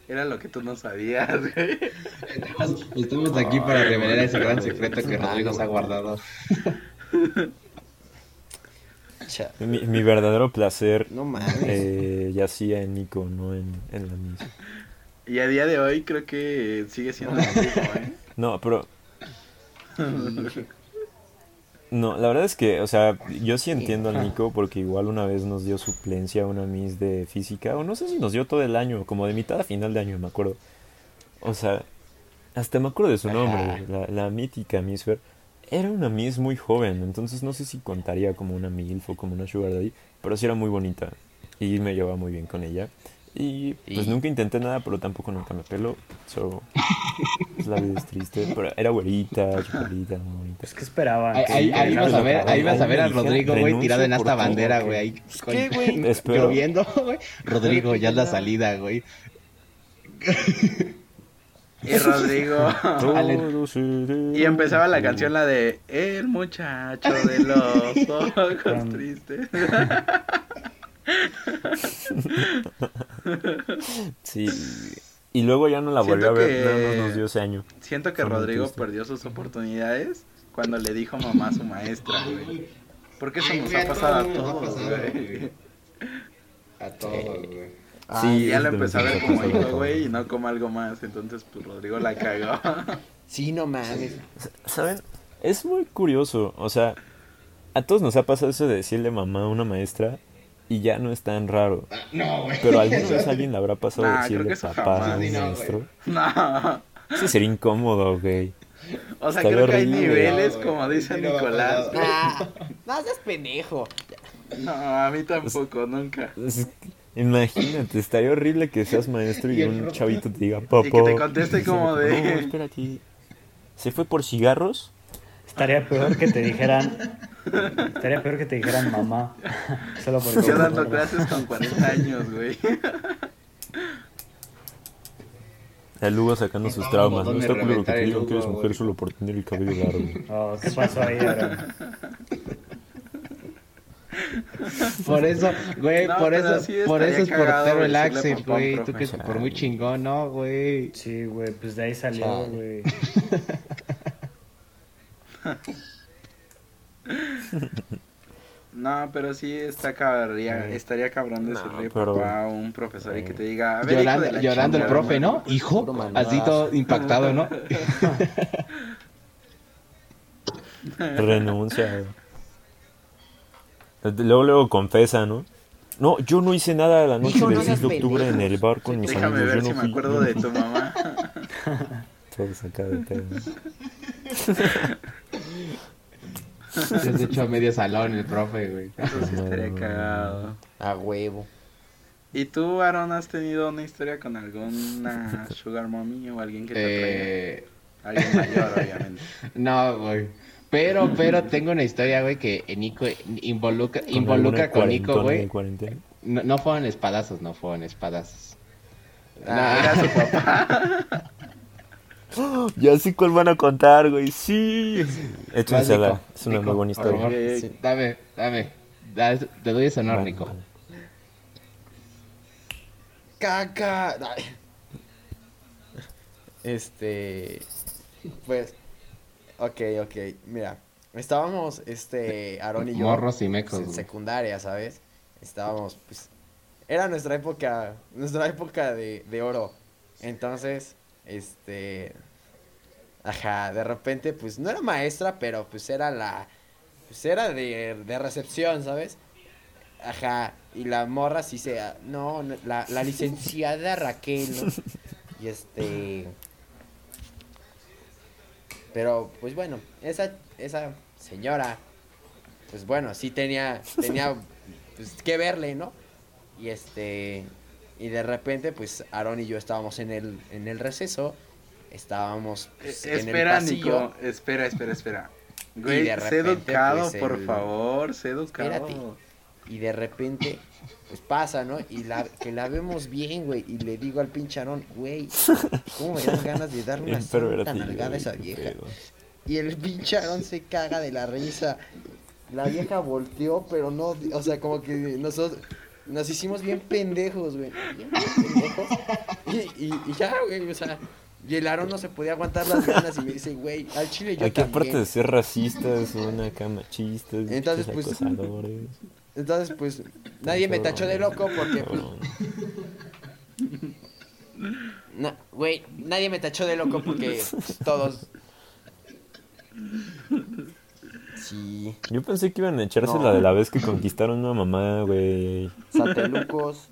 Era lo que tú no sabías, [LAUGHS] güey. [LAUGHS] Estamos aquí para revelar ese gran secreto que Rodrigo se ha guardado. Cha- Mi, mi verdadero [LAUGHS] placer No mames. eh, yacía en Nico, no en, en la Miss. Y a día de hoy creo que sigue siendo lo mismo, ¿eh? No, pero. No, la verdad es que, o sea, yo sí entiendo al Nico porque igual una vez nos dio suplencia a una Miss de física, o no sé si nos dio todo el año, como de mitad a final de año, me acuerdo. O sea, hasta me acuerdo de su nombre, la, la mítica Miss Fer. Era una Miss muy joven, entonces no sé si contaría como una MILF o como una Sugar Daddy, pero sí era muy bonita y me llevaba muy bien con ella. Y pues Y- nunca intenté nada, pero tampoco nunca me peló. So, [LAUGHS] pues, la vida es triste, pero era güerita, chupalita, muy bonita. Es que Pues, esperaban. Ahí, que- ahí, que ahí no vas a lo ver, ahí acabaran. vas a ver a Ahí me Rodrigo, güey, dijeron, tirado en renuncio por todo, esta bandera, ok. güey. ahí con- [LAUGHS] ¿Qué, güey? Espero. Lloviendo, güey. Rodrigo, ya es la salida, güey. Y Rodrigo... [LAUGHS] Todo se Y empezaba la derrumbó. canción la de El muchacho de [LAUGHS] los ojos Um, Con- tristes. [LAUGHS] Sí. Y luego ya no la volví Siento a ver, que- nada más nos dio ese año. Siento que Fue muy Rodrigo triste. perdió sus oportunidades cuando le dijo mamá a su maestra, güey. Porque eso Ay, nos güey, ha pasado a todo nos ha todos, pasado, güey. güey. A todos, güey. Ah, sí, Y ya eso lo también empezó a se ver me como pasó de hijo, todo. güey, y no como algo más. Entonces, pues Rodrigo la cagó. Sí, no mames. ¿Saben? Es muy curioso, o sea, a todos nos ha pasado eso de decirle mamá a una maestra y ya no es tan raro. Ah, No, güey. Pero [LAUGHS] alguna vez alguien le habrá pasado Nah, creo que decirle eso papá a jamás. un Sí, no, güey. maestro. [LAUGHS] No. Eso sería incómodo, güey. O sea, Está creo que hay horrible. niveles, No, güey, como dice sí, no va a Nicolás. pasar. Ah, no seas pendejo. No, a mí tampoco, nunca. Es- Imagínate, estaría horrible que seas maestro y Y el un ropa. chavito te diga papá. Y que te conteste como No, de- espérate. ¿Se fue por cigarros? Estaría peor que te dijeran. Estaría peor que te dijeran mamá. [LAUGHS] Solo porque. Yo dando clases con 40 años, güey. El Hugo sacando sus Estaba traumas. botón No de está culero que reventar te el digan que Hugo, eres mujer güey. solo por tener el cabello largo. [LAUGHS] Oh, ¿Qué pasó ahí, Aaron? Por eso, güey, No, por pero eso, sí por estaría eso es cagado portero el decirle Axel, papá a un güey. Tú que profe. por muy chingón, ¿no, güey? Sí, güey, pues de ahí salió, Chale. güey. No, pero sí está cabría, estaría cabrón decirle pero- papá a un profesor y que te diga. "A ver, hijo de Llorando, la llorando el chingada, profe, ¿no? Hijo, Puro manual. así todo impactado, ¿no? [LAUGHS] Renuncia. Luego, luego confesa, ¿no? No, yo no hice nada la noche Hijo, del no 6 de seas octubre en pendejo. el bar con mis Déjame amigos. ver yo si no me fui. acuerdo de tu [LAUGHS] mamá. [LAUGHS] Todos acá de pedo. Se has hecho medio salón el profe, güey. Eso sí estaría cagado. A huevo. ¿Y tú, Aaron, has tenido una historia con [LAUGHS] alguna Sugar Mommy o alguien que te Eh, atraiga? Alguien mayor, [LAUGHS] obviamente. no, güey. Pero, pero tengo una historia, güey, que Nico involucra, Con involucra alguna con Nico, cuarentona güey. de cuarentena. No, no fueron espadazos, no fueron espadazos. Nah. Ah, Era [LAUGHS] su papá. Eh, Ya sé cuál van a contar, güey. Sí. Échensela. Nico, Es una Nico, muy buena por historia. favor, Ok. sí, Dame, dame. Da- Te doy ese honor, Vale, Nico. vale. Caca. Ay. Este. Pues. Ok, ok. Mira. Estábamos, este, Aarón y yo. Morros y pues, mecos, en güey. secundaria, ¿sabes? Estábamos, pues, era nuestra época, nuestra época de, de oro. Entonces, este, ajá, de repente, pues, no era maestra, pero pues era la, pues era de, de recepción, ¿sabes? Ajá, y la morra sí se, no, no, la, la licenciada Raquel, ¿no? Y este... Pero, pues bueno, esa, esa señora, pues bueno, sí tenía, tenía pues, que verle, ¿no? Y este, y de repente, pues Aaron y yo estábamos en el, en el receso, estábamos pues, Eh, en el espera, pasillo. Nico. Espera, espera, espera. Y Güey, de sé repente, educado, pues, por el- favor, sé educado. Espérate. Y de repente, pues pasa, ¿no? Y la, que la vemos bien, güey. Y le digo al pincharón, güey, ¿cómo me dan ganas de darle una Bien santa pervertido, nalgada a güey, esa qué vieja? pedo. Y el pincharón se caga de la risa. La vieja volteó, pero no, o sea, como que nosotros nos hicimos bien pendejos, güey. Bien pendejos. Y, y- y ya, güey, o sea, y el Aarón no se podía aguantar las ganas y me dice, güey, al chile yo Aquí también. aparte de ser racistas, son acá machistas, Entonces, pinches pues, acosadores. Entonces, pues, nadie me tachó de loco porque, pues, No. No, güey, nadie me tachó de loco porque todos. Sí. Yo pensé que iban a echarse No. la de la vez que conquistaron a una mamá, güey. Satelucos.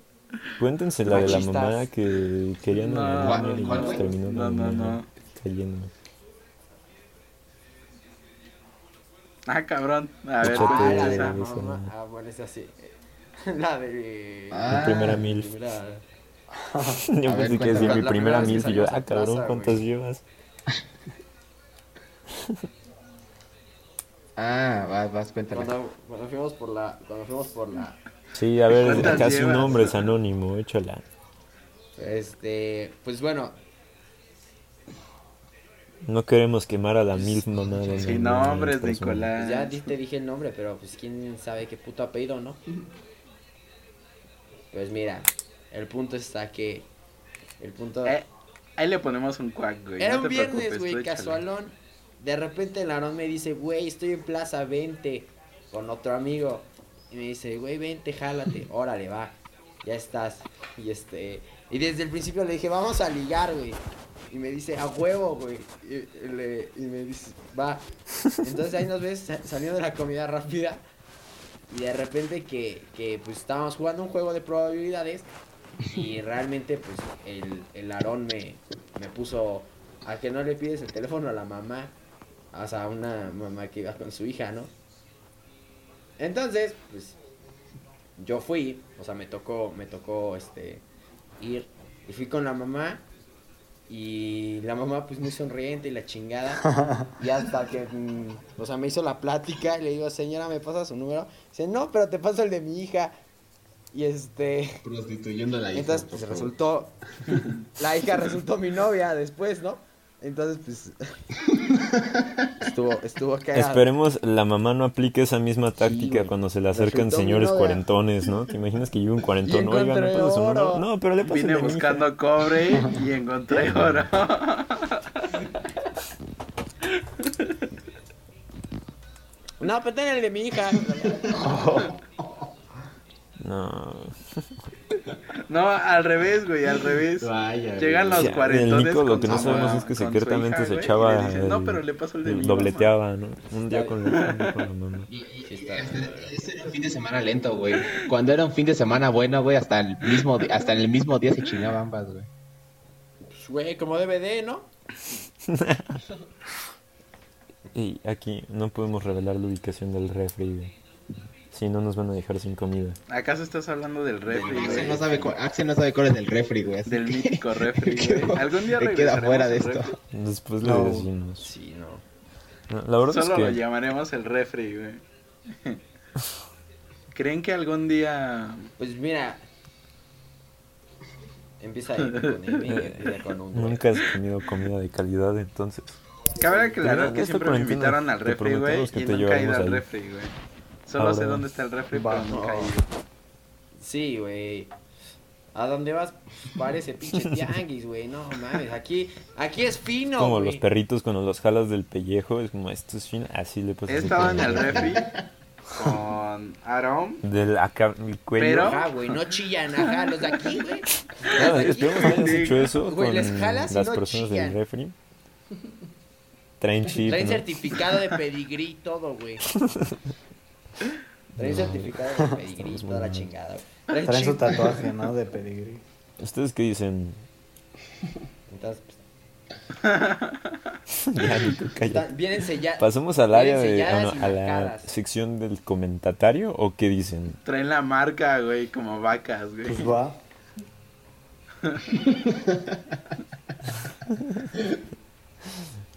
Cuéntense la de la Machistas. mamá que querían No, a la ¿cuál- y cuál, güey? terminó la No, no, mamá no. cayendo. Ah, cabrón. A ver, Échate, Ah, ¿qué la es de la esa? esa. mamá. Ah, bueno, es así. [LAUGHS] La de. Ah, mi primera la milf. primera- [LAUGHS] Yo A pensé que ver, cuéntame. decía mi La primera primera vez que milf y yo, salimos a ah, cabrón, plaza, ¿cuántas güey. llevas? Ah, vas, vas, cuéntale. Cuando, cuando fuimos por la. Cuando fuimos por la. Sí, a ver, ¿Cuántas acá su llevas? nombre es anónimo, échala. Este. Pues bueno. No queremos quemar a la milf mamá de Sin ninguna nombres, persona. pues ya Nicolás. di- te dije el nombre, pero pues quién sabe qué puto apellido, ¿no? Pues mira, el punto está que. El punto. Eh, ahí le ponemos un cuac, güey. Era no un te viernes, preocupes, tú güey, échale. casualón. De repente el Aarón me dice, güey, estoy en Plaza 20 con otro amigo. Y me dice, güey, vente, [LAUGHS] jálate. Órale, va. Ya estás. Y este. Y desde el principio le dije, vamos a ligar, güey. Y me dice, a huevo, güey. Y, le- y me dice, va. Entonces ahí nos ves sa- saliendo de la comida rápida. Y de repente que, que pues estábamos jugando un juego de probabilidades. Y realmente pues el, el Aarón me, me puso a que no le pides el teléfono a la mamá. O sea, a una mamá que iba con su hija, ¿no? Entonces, pues yo fui, o sea, me tocó, me tocó este ir y fui con la mamá y la mamá pues muy sonriente y la chingada y hasta que mm, o sea, me hizo la plática y le digo, "Señora, ¿me pasa su número?" Dice, "No, pero te paso el de mi hija." Y este Prostituyendo a la hija. entonces, por pues favor. resultó. [LAUGHS] La hija resultó mi novia después, ¿no? Entonces, pues. [LAUGHS] Estuvo, estuvo cagado. Esperemos la mamá no aplique esa misma táctica güey. cuando se le acercan Resultó señores mi novia. cuarentones, ¿no? ¿Te imaginas que llegue un cuarentón? Y Oiga, ¿me encontré pasa su número? oro. No, pero le pasa el Vine de mi hija. buscando cobre [LAUGHS] y encontré oro. No, pero ten el de mi hija. No. No, al revés, güey, al revés. Vaya, Llegan güey. los Sí, el cuarentones. Nico lo con que no su- sabemos es que con su secretamente hija, se güey, y echaba. le dicen, el- no, pero le paso el de mi mamá". Dobleteaba, ¿no? Un día con la, con la mamá. Y- y- Este era un fin de semana lento, güey. Cuando era un fin de semana bueno, güey, hasta el mismo, di- hasta en el mismo día se chingaban ambas, güey. Pues, Güey, como DVD, ¿no? Y aquí no podemos revelar la ubicación del refri, güey. Si no, nos van a dejar sin comida. ¿Acaso estás hablando del refri, Axel no güey? sabe, cu- Axel no sabe cuál es el refri, güey. así Del que- [LAUGHS] mítico refri, güey. Algún día que queda regresaremos fuera al de esto. refri. Después No. le decimos. Sí, no. No, la verdad Solo lo es que. llamaremos el refri, güey. [LAUGHS] ¿Creen que algún día Pues mira. Empieza ahí con M y empieza con un. Nunca has comido comida de calidad, entonces. Cabe Mira, aclarar que esta siempre me cuarentena invitaron al te refri, güey, prometemos que y te nunca he ido llevaremos al ahí. refri, güey. Solo Ahora- sé dónde está el refri, Va. pero nunca he No. ido. Sí, güey. ¿A dónde vas? pues, [LAUGHS] Parece pinche tianguis, güey. No mames, aquí, aquí es fino. como güey. los perritos cuando los jalas del pellejo, es como esto es fin, Pues así le He pasas. estado en el el [LAUGHS] pellejo. refri con Aaron. Del acá, el cuello. Pero- Ajá, güey, no chillan, ajá, los de aquí, güey. Nada, Los de esperemos aquí que hayas hecho eso Güey, con les jalas y las no personas del chillan. [LAUGHS] refri. Traen chip, Traen ¿no? certificado de pedigrí y todo, güey. Traen certificado [LAUGHS] de pedigrí y Estamos muy toda la mal. chingada. güey. Traen su chip. tatuaje, ¿no? De pedigrí. ¿Ustedes qué dicen? [LAUGHS] Entonces, pues, Ya, Nico, cállate. están- vienen sellados. Pasamos al área Vienen de, ah, no, selladas y a la marcadas. sección del comentario o qué dicen. Traen la marca, güey, como vacas, güey. Pues va.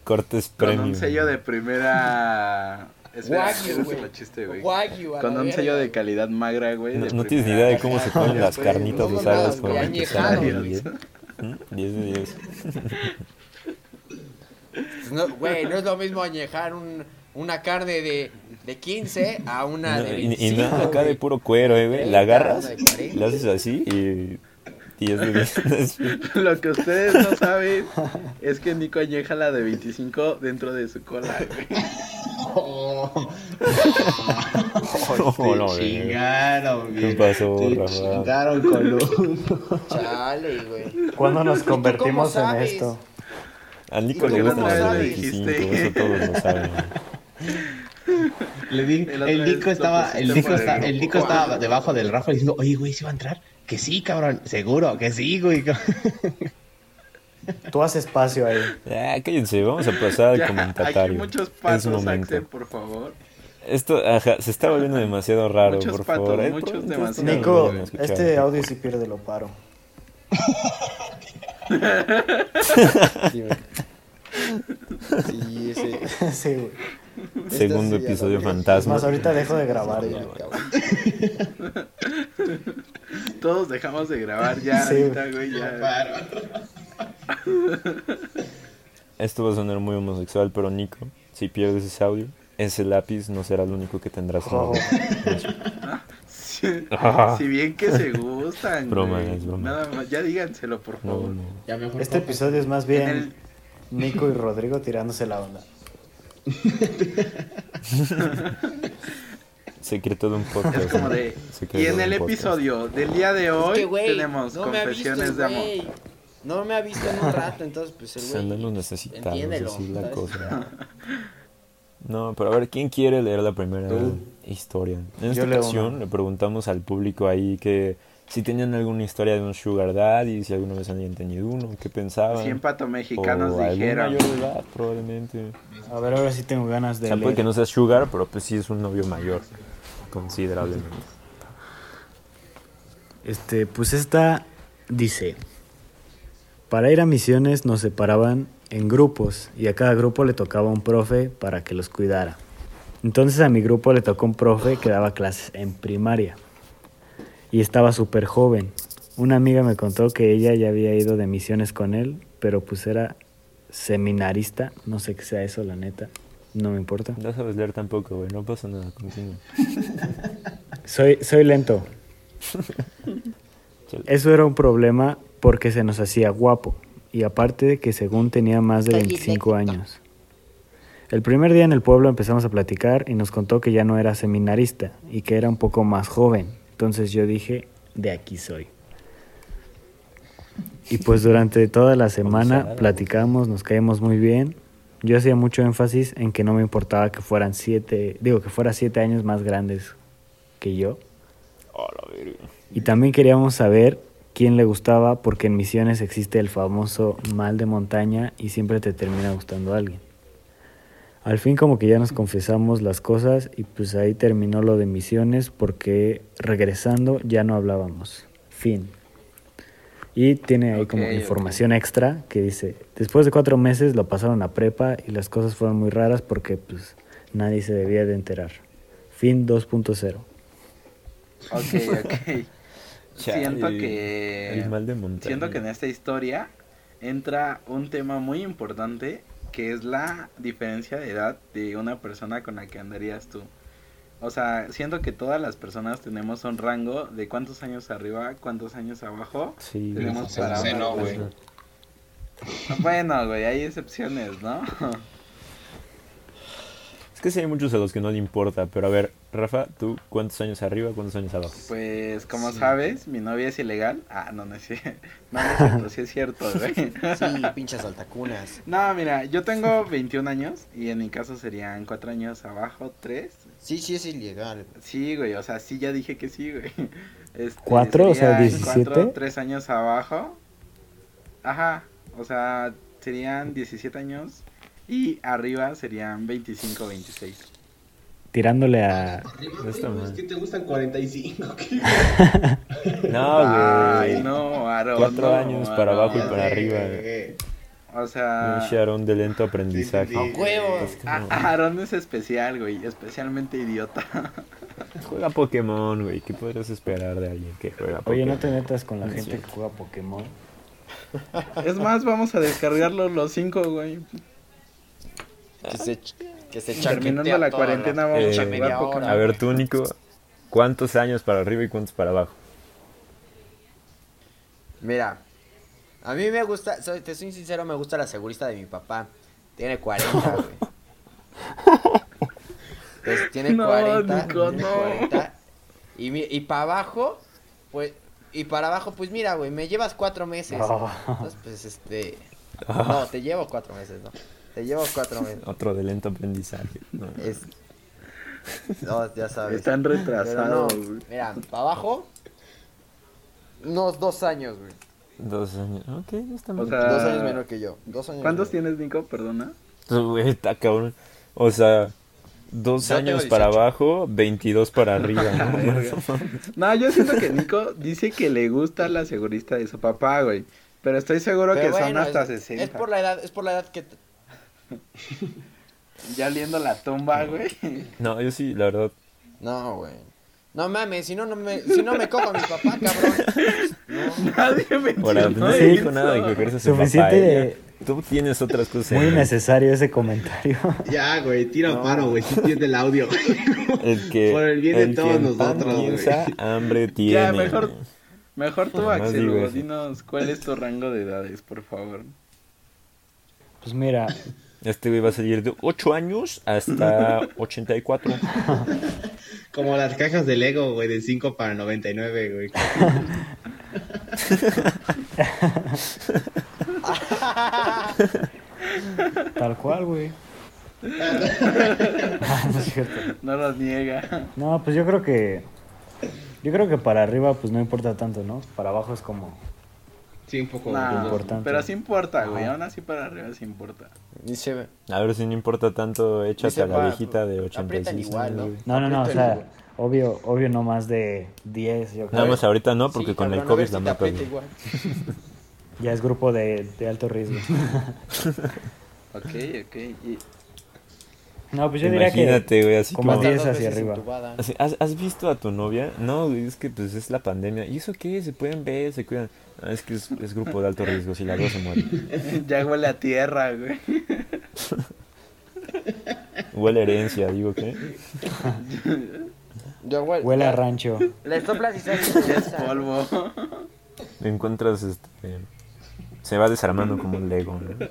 Cortes Con premium. un sello de primera. Espera, Wagyu, quiero hacer güey. la chiste, güey. Wagyu, a Con la un verga, sello de güey. calidad magra, güey. No, de no tienes ni primera. idea de cómo se ponen Ya las fue, carnitas no, usadas no, con ya las que añejado. salen, ¿eh? ¿Mm? 10 de 10. Pues no, Güey, no es lo mismo añejar un, una carne de, de 15 a una No, de y, y 25. nada, acá de güey. puro cuero, eh, güey. La Treinta, agarras, una de cuarenta. la haces así y. Y es de bien. [LAUGHS] Lo que ustedes [LAUGHS] no saben es que Nico añeja la de 25 dentro de su cola, güey. [LAUGHS] Oh, [LAUGHS] No, no, te güey. chingaron, güey. ¿Qué pasó, Te Rafa? chingaron con uno. Chale, güey. [LAUGHS] ¿Cuándo nos convertimos en sabes? esto? A Nico ¿Y le tú gusta cómo la de sabes? 25, Dijiste. eso todos lo saben. [LAUGHS] Le di- El el, otro día Nico lo estaba, pusiste el Nico por el está- el grupo. Nico estaba debajo del Rafa diciendo, oye, güey, ¿sí va a entrar? Que sí, cabrón, seguro, que sí, güey. [LAUGHS] Tú haces espacio ahí. Ah, cállense, vamos a pasar al Ya, aquí comentario. muchos en su pasos, momento. Axel, por favor. Esto, ajá, se está volviendo demasiado raro, Muchos por patos, favor. muchos Entonces, demasiado. no, lo Nico, no, no, escuchar. este audio sí pierde lo paro. [LAUGHS] Sí, güey. Sí, ese. sí, güey. Segundo Esta sí ya episodio la- Es fantasma. más, ahorita dejo de grabar ya, güey. Todos dejamos de grabar ya, Sí, ahorita, güey, ya. Esto va a sonar muy homosexual, pero Nico, si pierdes ese audio, ese lápiz no será el único que tendrás. en la Oh. boca. [LAUGHS] Si, Ah. si bien que se [LAUGHS] gustan, Broma, güey. es broma. Nada más, ya díganselo, por No, favor. no. Este episodio es más En el- bien Nico y Rodrigo tirándose la onda. Secreto de un podcast. Es como ¿no? de. Secreto Y en de un el podcast. episodio del día de Es hoy que, güey, tenemos no me ha visto confesiones el de amor. güey. No me ha visto en un rato, entonces pues [LAUGHS] el O sea, güey. no lo necesitamos, entiéndelo, así es la ¿sabes? cosa. [LAUGHS] No, pero a ver, ¿quién quiere leer la primera historia? En esta leo ocasión una. le preguntamos al público ahí que si tenían alguna historia de un sugar daddy, si alguna vez habían tenido uno, qué pensaban. 100 pato o mexicanos algún dijeron. mayor de edad, probablemente. A ver, ahora sí tengo ganas O de sea, puede que leer. no sea sugar, pero pues sí es un novio mayor, considerablemente. Este, pues esta dice, para ir a misiones nos separaban en grupos y a cada grupo le tocaba un profe para que los cuidara. Entonces a mi grupo le tocó un profe que daba clases en primaria y estaba súper joven. Una amiga me contó que ella ya había ido de misiones con él, pero pues era seminarista, no sé qué sea eso la neta, no me importa. No sabes leer tampoco, güey, no pasa nada, continúa. Soy, soy lento. Eso era un problema porque se nos hacía guapo. Y aparte de que según tenía más de 25 años. El primer día en el pueblo empezamos a platicar y nos contó que ya no era seminarista y que era un poco más joven. Entonces yo dije, de aquí soy. Y pues durante toda la semana platicamos, nos caímos muy bien. Yo hacía mucho énfasis en que no me importaba que fueran siete, digo que fuera siete años más grandes que yo. Y también queríamos saber quién le gustaba porque en Misiones existe el famoso mal de montaña y siempre te termina gustando alguien. Al fin como que ya nos confesamos las cosas y pues ahí terminó lo de Misiones porque regresando ya no hablábamos. Fin. Y tiene ahí como Ok, información extra que dice, después de cuatro meses lo pasaron a prepa y las cosas fueron muy raras porque pues nadie se debía de enterar. Fin 2.0. [LAUGHS] Ok, ok. Chale. siento que. El mal de montaña. Eh, Siento que en esta historia entra un tema muy importante que es la diferencia de edad de una persona con la que andarías tú. O sea, siento que todas las personas tenemos un rango de cuántos años arriba, cuántos años abajo. Sí, güey. tenemos sí, para sí, una no, güey. persona. Bueno, güey, hay excepciones, [LAUGHS] ¿no? Es que sí hay muchos a los que no le importa, pero a ver, Rafa, ¿tú cuántos años arriba, cuántos años abajo? Pues, como sabes, mi novia es ilegal. Ah, no, no es cierto. [LAUGHS] No, no es cierto, sí es cierto, güey. Sí, pinches altacunas. No, mira, yo tengo 21 años y en mi caso serían 4 años abajo, 3. Sí, sí, es ilegal. Sí, güey, o sea, sí ya dije que sí, güey. [LAUGHS] Este, ¿Cuatro? O sea, serían 17. cuatro, tres años abajo. Ajá, o sea, serían 17 años y arriba serían 25, 26. Tirándole a, No está pues, mal. Es que te gustan [LAUGHS] 45. ¿qué? No, Ay, Ah, güey. no, Aaron. Cuatro no, años para Aaron. abajo y para arriba. O Un sea, Sharon de lento aprendizaje. ¡A huevo! a- Aaron es especial, güey, especialmente idiota. [LAUGHS] Juega Pokémon, güey. ¿Qué podrías esperar de alguien que juega Pokémon? Oye, no te metas con la No es gente que cierto. juega Pokémon. Es más, vamos a descargarlo los cinco, güey. Que se, que se Terminando chaquetea la toda cuarentena vamos Eh, a jugar media Pokémon. hora. A ver, tú, Nico, ¿cuántos años para arriba y cuántos para abajo? Mira, a mí me gusta, soy- te soy sincero, me gusta la segurista de mi papá. [LAUGHS] Tiene 40, güey. Entonces, Pues, tiene No, 40, Nico, tiene no. 40. Y, mi- y para abajo, pues, y para abajo, pues mira, güey, me llevas cuatro meses. No. Entonces, pues, este, [LAUGHS] no, te llevo cuatro meses, no. Te llevo cuatro meses. Otro de lento aprendizaje. No. Es- No, ya sabes. Están Pero retrasados, no, güey. mira, para abajo, unos dos años, güey. Dos años. Ok, no está mal. O sea, Dos años menor que yo. Dos años Ah. ¿cuántos menor. tienes, Nico? Perdona. Güey, está cabrón. O sea, dos Yo tengo años para 18. abajo, 22 para arriba. [LAUGHS] ¿no? No, yo siento que Nico dice que le gusta la segurista de su papá, güey. Pero estoy seguro Pero que son bueno, hasta es, 60. Es por la edad, es por la edad que t- Ya liendo la tumba, güey. [LAUGHS] no, yo sí, la verdad, No, güey. No mames, si no, no me, si no me cojo a [LAUGHS] mi papá, cabrón. No. Nadie me Por no, no no hizo. dijo nada de que cogerse a su papá. Suficiente- ¿eh? Tú tienes otras cosas. Muy en- necesario ese comentario. [LAUGHS] Ya, güey, tira paro, güey. Si entiende el audio, güey. el que, Por el bien de el todos quien pan nosotros, güey. piensa, hambre tiene. Ya, mejor, mejor tú, Jamás Axel, digo Hugo, eso. dinos cuál es tu rango de edades, por favor. Pues mira, Este güey va a salir de 8 años [LAUGHS] hasta 84. Como las cajas de Lego, güey, de 5 para 99, güey. Tal cual, güey. Ah, no es cierto. No los [LAUGHS] niega. No, pues yo creo que. Yo creo que para arriba, pues no importa tanto, ¿no? Para abajo es como. Sí, un poco. Nah, dudoso. importante. pero sí importa, güey. Aún así para arriba sí importa. Dice, A ver si no importa tanto, échate Dice, a la va, viejita de aprietan 86 igual, años, ¿no? güey. No, no, no, o Apriétale, sea, obvio, obvio no más de 10, yo creo. Nada más ahorita no, porque sí, con el cabrón, a ver COVID si la te mata. aprieta güey. igual. Ya es grupo de, de [LAUGHS] alto riesgo. [LAUGHS] Ok, ok. Y [LAUGHS] No, pues yo diría que. Imagínate, güey, así como como... Está 10 dos hacia veces arriba. entubada. Así, ¿has, has visto a tu novia? No, güey, es que pues es la pandemia. ¿Y eso qué? ¿Se pueden ver? ¿Se cuidan? Ah, es que es, es grupo de alto riesgo, si la veo se muere. ya huele a tierra, güey. Huele a herencia, digo, ¿qué? Ya huele- Huele a ya- rancho. Le soplas y se hace Ya es esa. polvo. Me encuentras, este... Se va desarmando como un Lego, ¿no?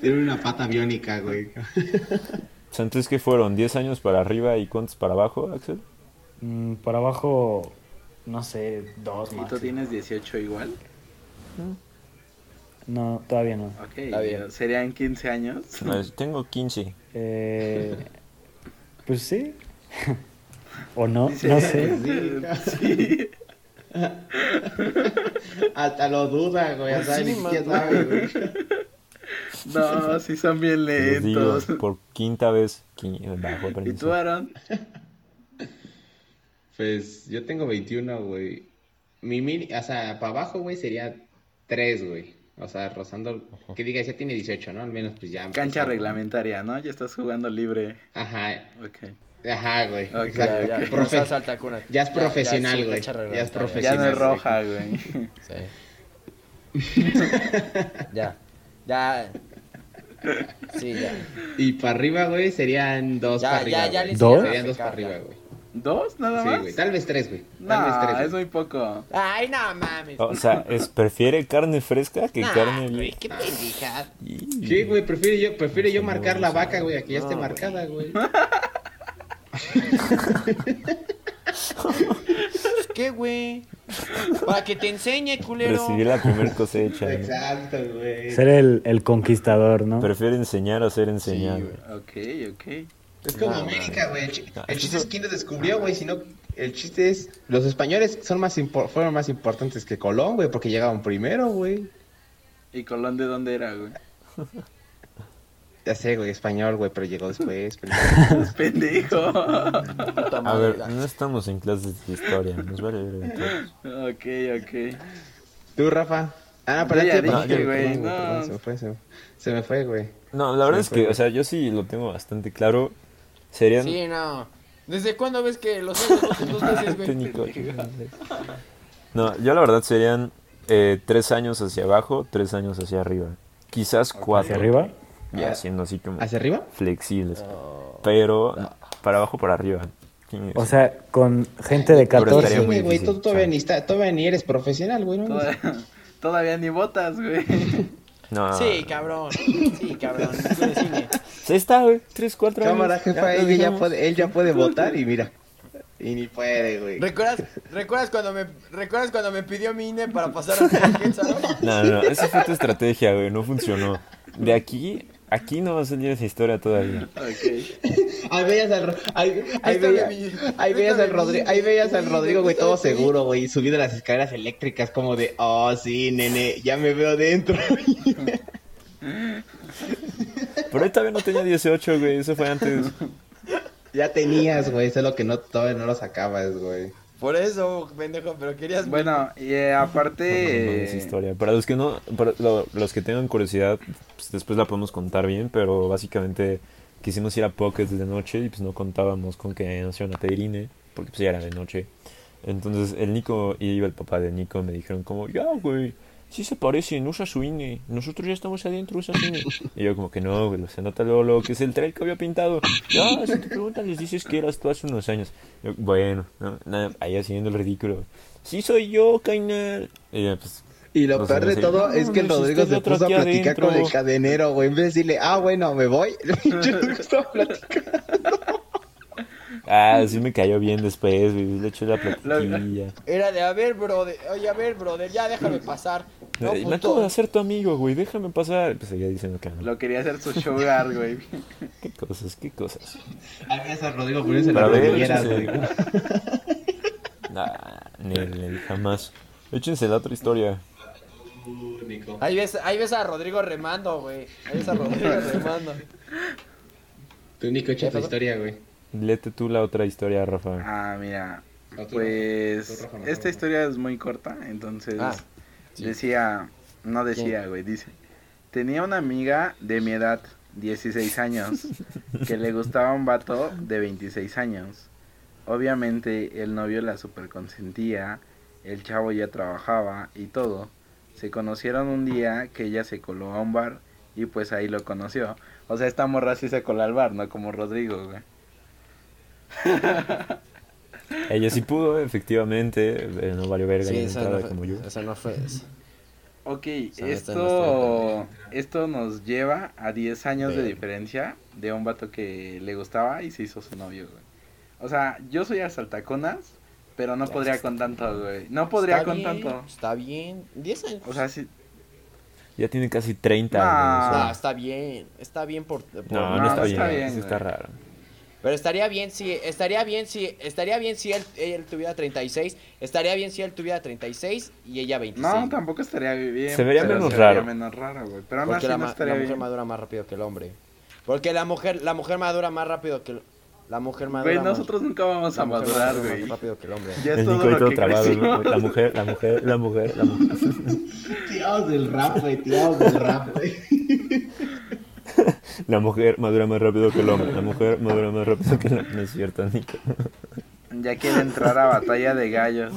Tiene una pata biónica, güey. O sea, entonces, ¿qué fueron? ¿10 años para arriba y cuántos para abajo, Axel? Mm, por abajo, no sé, dos ¿Y tú más. tienes 18 igual? No, todavía no. Ok. bien. ¿Serían 15 años? No, es- tengo 15. Eh, pues sí. [LAUGHS] o no, Dice, no sé. Sí. Hasta lo duda, güey. Hasta Sí, ni man. siquiera sabe, güey. No, sí son bien Les digo, lentos. por quinta vez, qui- bajo ¿Y permiso. tú, Aaron? Pues yo tengo 21, güey. Mi mini, o sea, para abajo, güey, sería 3, güey. O sea, rozando, que diga, ya tiene 18, ¿no? Al menos, pues ya. Cancha pues, reglamentaria, ¿no? Ya estás jugando libre. Ajá, Ok. ajá, güey. Ok, Ya, Exacto. ya, Profe- no seas alta cuna. ya es profesional, sí, güey. cancha Ya es reglamentaria. profesional. Ya no es güey. roja, [LAUGHS] güey. Sí. Ya. Ya. Sí, [LAUGHS] ya. Y para arriba, güey, serían 2 Ya, para ya, arriba. ya güey. le ¿Dos? enseñaron a Serían 2 para pecar, arriba, ya. güey. ¿Dos nada Sí, más? güey. Tal vez 3, güey. Tal vez No, 3. es muy poco. Ay, no mames. O sea, es, prefiere carne fresca que Nah, carne güey, vieja. qué pendejada. Y- Sí, güey, prefiero yo, prefiero yo marcar la sí. vaca, güey, a que ya esté No, güey. marcada, güey. Pues, ¿Qué, güey? Para que te enseñe, culero. Recibir la primera cosecha. ¿no? Exacto, güey. Ser el, el conquistador, ¿no? Prefiere enseñar a ser enseñado. güey. Ok, ok. Es como No, América, güey. El chi- No, El eso chiste es- es quién lo descubrió, güey, sino el chiste es los españoles son más impor- fueron más importantes que Colón, güey, porque llegaban primero, güey. ¿Y Colón de dónde era, güey? Ya sé, güey, español, güey, pero llegó después. pero- [LAUGHS] Pendejo. Puta A madre. ver, no estamos en clases de historia. Nos vale ver a [LAUGHS] todos. Ok, ok. Tú, Rafa. Ah, Yo pero ya te dije, no, yo- güey, perdón, no. perdón, Se me fue, se me, se me fue, güey. No, la verdad Sí, es que, fue. o sea, yo sí lo tengo bastante claro. Serían. Sí, no. ¿Desde cuándo ves que los ojos rotos dos veces, güey? Técnico. No, yo la verdad serían eh, tres años hacia abajo, tres años hacia arriba. Quizás cuatro. ¿Hacia arriba? Ya siendo así como ¿Hacia arriba? flexibles. Pero para abajo, para arriba. O sea, con gente de Pero estaría 14. muy güey, güey, difícil, tú todavía sí. ni, está- todavía ni eres profesional, güey, ¿no? Toda- Todavía ni botas, güey. [LAUGHS] no, Sí, cabrón. Sí, cabrón. Tú decime. Sí está, güey. Tres, cuatro Cámara, años. jefa, Ya lo él, ya dijimos. puede, él ya puede votar y mira. Y ni puede, güey. ¿Recuerdas, ¿recuerdas, cuando me, ¿Recuerdas cuando me pidió mi INE para pasar a Telefensa, no? No, no, esa fue tu estrategia, güey. No funcionó. De aquí, aquí no va a salir esa historia todavía. Ok. Ahí veías al, Ro- ahí, ahí está veía- mi- ahí ahí veías está al mi- Rodrigo, ahí veías al mi- Rodrigo, güey, mi- todo mi- seguro, güey, subiendo las escaleras eléctricas como de, oh, sí, nene, ya me veo dentro. [LAUGHS] Pero él todavía no tenía 18, güey. Eso fue antes. ya tenías, güey, eso es lo que no, todavía no lo sacabas, güey. Por eso, pendejo, pero querías... Bueno, y eh, No, no, no, aparte. es historia. Para los que no, para lo- los que tengan curiosidad, pues, después la podemos contar bien, pero básicamente quisimos ir a Pockets de noche y pues no contábamos con que nos iban a pedir INE, porque pues ya era de noche. Entonces el Nico y el papá de Nico me dijeron como, ya güey, sí se parecen, usa su INE, nosotros ya estamos adentro, usa su INE. Y yo como que no, güey, se nota luego, luego que es el trail que había pintado. Ya, si te preguntan les dices que eras tú hace unos años. Yo, bueno, no, nada, ahí haciendo el ridículo. Sí soy yo, Kainal. Y ya, pues, Y lo No sé, peor no de sé. todo es No, que el no, si Rodrigo está el se otro puso a aquí platicar adentro. con el cadenero, [LAUGHS] güey, en vez de decirle, ah, bueno, me voy, el pinche Rodrigo estaba platicando. Ah, sí me cayó bien después, güey. Le [LAUGHS] eché la Eh, platiquilla. Era de, a ver, brother, oye, a ver, brother, ya déjame pasar. No, Me puto. acabo de hacer tu amigo, güey. Déjame pasar. Pues seguía diciendo que no. Lo quería hacer su sugar, güey. Qué cosas, qué cosas. A ver, a Rodrigo poniéndose Para las ver, rodilleras, échense- güey. [LAUGHS] Nah, ni, ni jamás. Échense la otra historia. Único. Ahí ves, ahí ves a Rodrigo remando, güey. Ahí ves a [LAUGHS] Rodrigo remando. Tú, Nico, echa tu historia, güey. Léete tú la otra historia, Rafa. Ah, mira. No, tú, Pues Tú, Rafa, no, tú, esta Rafa. historia es muy corta, entonces Ah, decía, no decía, güey, dice, tenía una amiga de mi edad, 16 años, que le gustaba un vato de 26 años. Obviamente el novio la superconsentía, el chavo ya trabajaba y todo. Se conocieron un día que ella se coló a un bar y pues ahí lo conoció. O sea, esta morra sí se coló al bar, no como Rodrigo, güey. Ella sí pudo, efectivamente. eh, No valió verga Sí, la eso no, entrada fue, como yo. eso no fue. Ok, sea, esto no esto, esto nos lleva a 10 años de Ver. diferencia de un vato que le gustaba y se hizo su novio, güey. O sea, yo soy a saltaconas, pero no Ya podría está. con tanto, güey. No podría Está con bien, tanto. Está bien. 10 años. O sea, sí. Ya tiene casi 30 Nah. No, años. está bien. Está bien por. por- No, no, Ah, pues no, está, está bien. bien, sí está güey. raro. Pero estaría bien si. Estaría bien si. Estaría bien si él, él tuviera 36. Estaría bien si él tuviera 36 y ella 26. No, tampoco estaría bien. Se vería pero menos se vería raro. menos raro, güey. Pero aún Porque así la, no ma- la estaría mujer bien. madura más rápido que el hombre. Porque la mujer, la mujer madura más rápido que el- la mujer madura. Güey, más- nosotros nunca vamos la a mujer madurar, madura más güey. rápido que el hombre. [LAUGHS] Ya es El todo Nico ahí lo todo que trabado. crecimos. ¿no? La mujer, la mujer, la mujer, la mujer. Tirados del rap, güey. Tirados del rap, güey. La mujer madura más rápido que el hombre. La mujer madura más rápido que el hombre. No es cierto, Nico. Ya quiere entrar a batalla de gallos.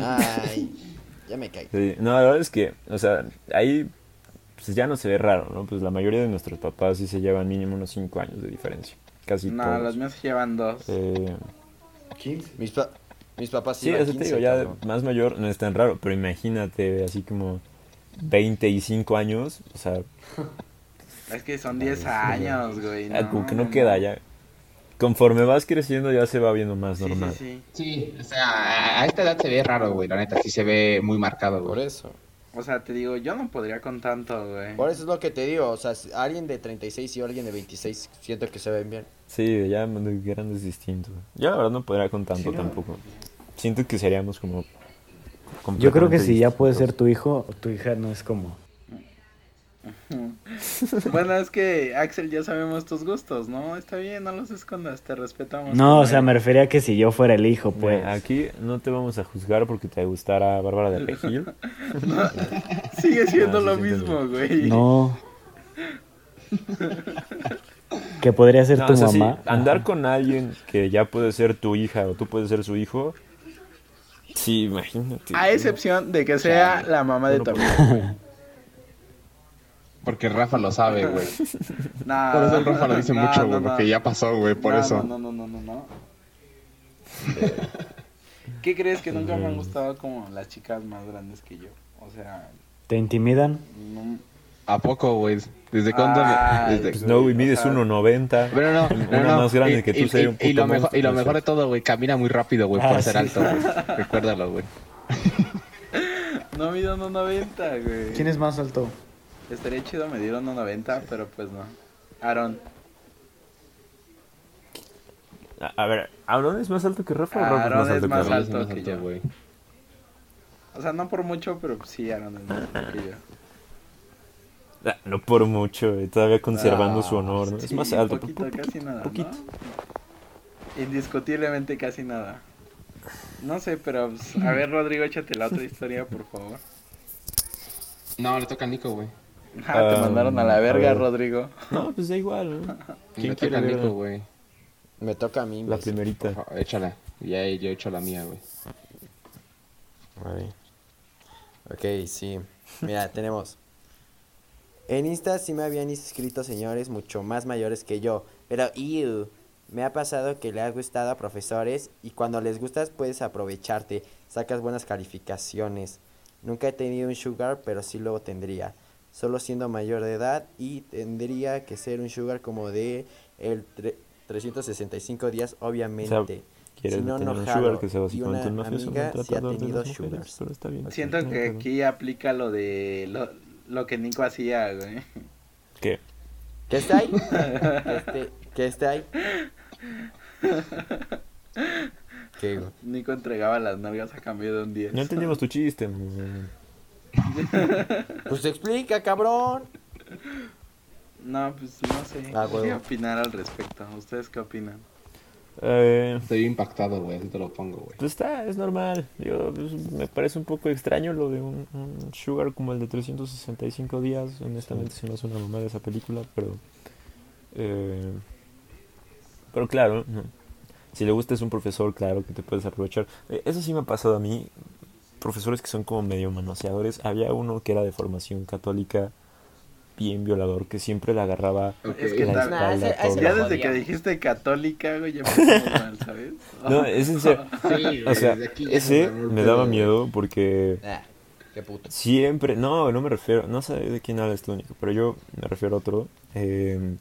Ay, ya me caí. Sí, No, la verdad es que, o sea, ahí pues ya no se ve raro, ¿no? Pues la mayoría de nuestros papás sí se llevan mínimo unos 5 años de diferencia. Casi No, todos. los míos se llevan dos. Eh, Mis, pa- mis papás sí, iban eso te 15, digo, ya cabrón. más mayor no es tan raro, pero imagínate así como 25 años, o sea, Es que son 10 años, güey. ya Ah, como que no queda ya. Conforme vas creciendo ya se va viendo más Sí, sí, normal. sí. Sí, o sea, a- a esta edad se ve raro, güey. La neta, sí se ve muy marcado, Por güey. eso. O sea, te digo, yo no podría con tanto, güey. Por eso es lo que te digo. O sea, si alguien de 36 y alguien de 26 siento que se ven bien. Sí, ya de grandes distintos. Yo la verdad no podría con tanto tampoco. Siento que seríamos como... Yo creo que completamente si ya puede distintos. ser tu hijo, tu hija no es como. Bueno, es que, Axel, ya sabemos tus gustos, ¿no? Está bien, no los escondas, te respetamos. No, o sea, me refería a que si yo fuera el hijo, pues. Mira, aquí no te vamos a juzgar porque te gustará Bárbara [LAUGHS] de Regil. Sigue siendo Ah, sí, lo sí, mismo, entiendo. güey. No. que podría ser No, tu o sea, sí, mamá. andar con alguien que ya puede ser tu hija o tú puedes ser su hijo. Sí, imagínate. A excepción de que sea la mamá de tu amigo. Porque Rafa lo sabe, güey. No, Por eso el Rafa lo dice no, mucho, no, güey. no. Porque ya pasó, güey. Por No, eso. No, no, no, no, no. ¿Qué crees que nunca me han gustado como las chicas más grandes que yo? O sea, ¿Te intimidan? no... ¿A poco, güey? ¿Desde cuándo? Ay, desde- Pues no, güey, O mides sea, 1.90. Pero no, Una no, no. más grande y, que tú y- sería un y- y puto lo mejor, y lo monstruo, mejor de todo, güey, camina muy rápido, güey, por Ah, ser sí. alto, [LAUGHS] güey. Recuérdalo, güey. No mido 1.90, güey. es más alto? Estaría chido me dieron 1.90, pero pues no. Aaron. A, a ver, ¿Aaron es más alto que Rafa o Rafa Aaron es más que Aaron? alto que yo. güey. O sea, no por mucho, pero pues, sí, Aaron es más alto que yo. Ah, No por mucho, güey, todavía conservando Ah, su honor. ¿no? [LAUGHS] Es Sí, más alto. Poquito, pu- pu- casi nada. poquito. ¿no? Indiscutiblemente casi nada. No sé, pero pues, Mm. a ver, Rodrigo, échate la otra historia, por favor. No, le toca a Nico, güey. Ah, [LAUGHS] te Ah, mandaron a la a verga, ver. Rodrigo. No, pues da igual. ¿no? [LAUGHS] Le ¿Quién toca a quiere Nico, ver güey. Me toca a mí. la imbécil. primerita? Oh, Échala. Ya yo he hecho la mía, güey. Vale. Ok, sí. Mira, [LAUGHS] tenemos. En Insta sí me habían escrito señores mucho más mayores que yo, pero ew, me ha pasado que le has gustado a profesores y cuando les gustas puedes aprovecharte, sacas buenas calificaciones. Nunca he tenido un sugar, pero sí lo tendría. Solo siendo mayor de edad y tendría que ser un sugar como de el tre- 365 días, obviamente. O sea, Quieren si no, tener no un jalo. sugar que sea y una básicamente un mafioso, un amiga sí ha tratador de tenido las sugars. mujeres, pero está bien. Siento No, que pero- aquí aplica lo de lo, lo que Nico hacía, güey. [LAUGHS] ¿Qué? ¿Qué está [LAUGHS] ahí? ¿Qué esté, qué esté ahí? ¿Qué, güey? Nico entregaba las nalgas a cambio de un 10. No entendimos tu chiste, man. Pues explica, cabrón. No, pues no sé. Ah, ¿Qué huevo. opinar al respecto? ¿Ustedes qué opinan? Eh, Estoy impactado, güey, así te lo pongo, güey. Pues está, es normal. Yo, pues, me parece un poco extraño lo de un, un Sugar como el de 365 días. Honestamente, se me hace una mamada esa película, pero. eh, pero claro, ¿no? si le gustas un profesor, claro que te puedes aprovechar. Eh, eso sí me ha pasado a mí. Profesores que son como medio manoseadores. Había uno que era de formación católica, bien violador, que siempre la agarraba. Ok. Es que la tal- espalda, Nah, ese- ese todo. Ya lo desde jodía. que dijiste católica, güey, ya empezamos mal, ¿sabes? No, es en serio. Sí, O sea, desde aquí ya ese agarró el me daba pedo, güey. miedo porque. Ah, qué puto. Siempre, no, no me refiero, no sé de quién hablas tú, Nico, pero yo me refiero a otro. eh,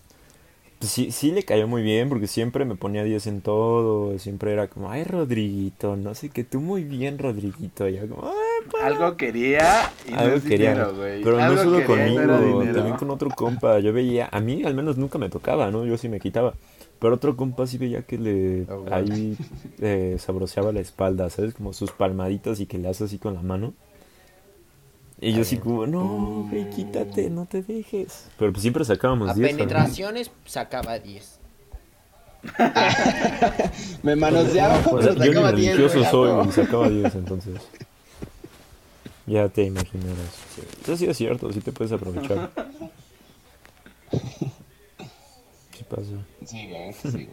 pues sí, sí le cayó muy bien porque siempre me ponía 10 en todo, siempre era como, ay, Rodriguito, no sé qué, tú muy bien, Rodriguito. Y yo como, "Ah, pa". Algo quería y no algo es quería, dinero, güey. pero no Algo solo quería y no era conmigo, dinero. también con otro compa. Yo veía, a mí al menos nunca me tocaba, ¿no? Yo sí me quitaba. Pero otro compa sí veía que le Oh, Ah, bueno. ahí eh, sabroseaba la espalda, ¿sabes? Como sus palmaditas y que le hace así con la mano. Y yo así como, no, güey, quítate, no te dejes. Pero pues siempre sacábamos A 10. penetraciones sacaba 10. Me manoseaba, O sea, pero yo ni sacaba 10, religioso güey, soy, a güey, sacaba 10 entonces. [LAUGHS] Ya te imaginarás. Eso sí es cierto, sí te puedes [LAUGHS] aprovechar. ¿Qué pasa? huevo. Sí, güey, sí, güey.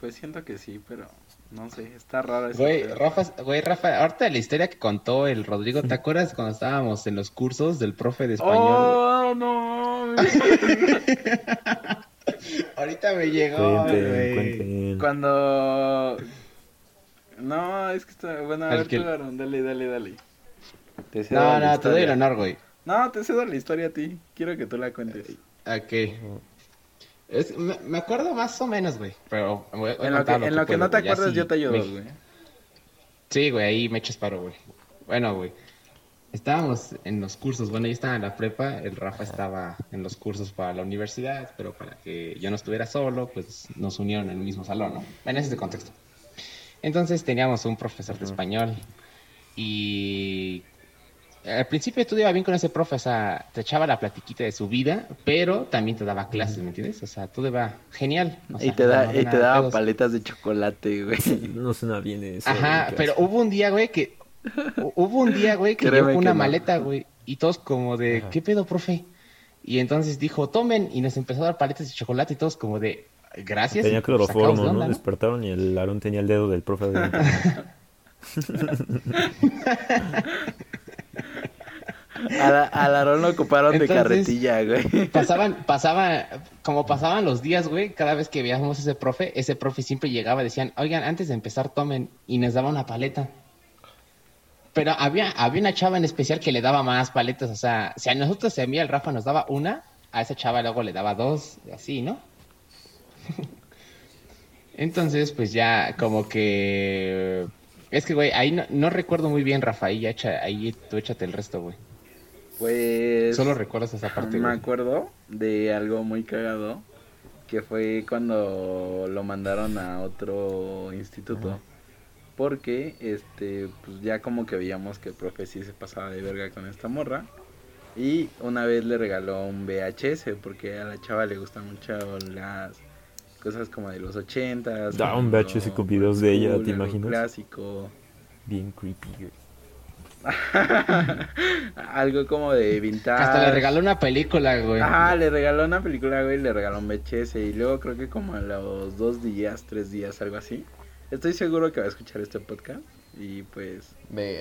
Pues siento que sí, pero no sé, está raro eso. Güey, Rafa, güey, Rafa, ahorita la historia que contó el Rodrigo, ¿te acuerdas cuando estábamos en los cursos del profe de español? ¡Oh, no! güey? Ahorita me llegó, Cuenten, güey. cuenten. Cuando... No, es que está... Bueno, a Al ver que- tú, Aaron, dale, dale, dale. Te cedo No, la no, te doy el historia. honor, güey. No, te cedo la historia a ti. Quiero que tú la Eh, cuentes. Ok. Es- me, me acuerdo más o menos, güey. Pero voy a- voy a En lo que, contar en lo que puedo, no te güey, ya acuerdas, sí yo te ayudo, me- güey. Sí, güey, ahí me echas paro, güey. Bueno, güey. Estábamos en los cursos. Bueno, yo estaba en la prepa, el Rafa estaba en los cursos para la universidad, pero para que yo no estuviera solo, pues nos unieron en el mismo salón, ¿no? En ese es el contexto. Entonces teníamos un profesor de español y al principio tú te iba bien con ese profe, o sea, te echaba la platiquita de su vida, pero también te daba clases, ¿me entiendes? O sea, todo iba genial. o sea, no había nada de pedos. paletas de chocolate, güey. No suena bien eso. Ajá, güey, qué pero asco. hubo un día, güey, que hu- hubo un día, güey, que Créeme llevó una que no. maleta, güey, y todos como de, ¿qué pedo, profe? Y entonces dijo, tomen, y nos empezó a dar paletas de chocolate y todos como de, gracias. Tenía y pues, sacados de cloroformo, onda, ¿no? Despertaron y el Aarón tenía el dedo del profe. [LAUGHS] De... Al Aarón lo ocuparon de Entonces- carretilla, güey. Pasaban, pasaban, como pasaban los días, güey, cada vez que veíamos a ese profe, ese profe siempre llegaba y decían, oigan, antes de empezar tomen, y nos daba una paleta. Pero había, había una chava en especial que le daba más paletas, o sea, si a nosotros, si a mí el Rafa nos daba una, a esa chava luego le daba dos, y así, ¿no? [LAUGHS] Entonces, pues ya como que... Es que, güey, ahí no, no recuerdo muy bien, Rafa, ahí, ya echa- ahí tú échate el resto, güey. Pues. Solo recuerdas esa parte, me güey. acuerdo de algo muy cagado. Que fue cuando lo mandaron a otro instituto. Porque, este, pues ya como que veíamos que el profe sí se pasaba de verga con esta morra. Y una vez le regaló un VHS. Porque a la chava le gustan mucho las cosas como de los ochentas. Da, un como VHS con lo videos de ella, cool, ¿te algo imaginas? Clásico. [LAUGHS] bien creepy, güey. algo como de vintage. Hasta le regaló una película, güey. Ajá, le regaló una película, güey, le regaló un VHS y luego creo que como a los dos días, tres días, algo así. Estoy seguro que va a escuchar este podcast y pues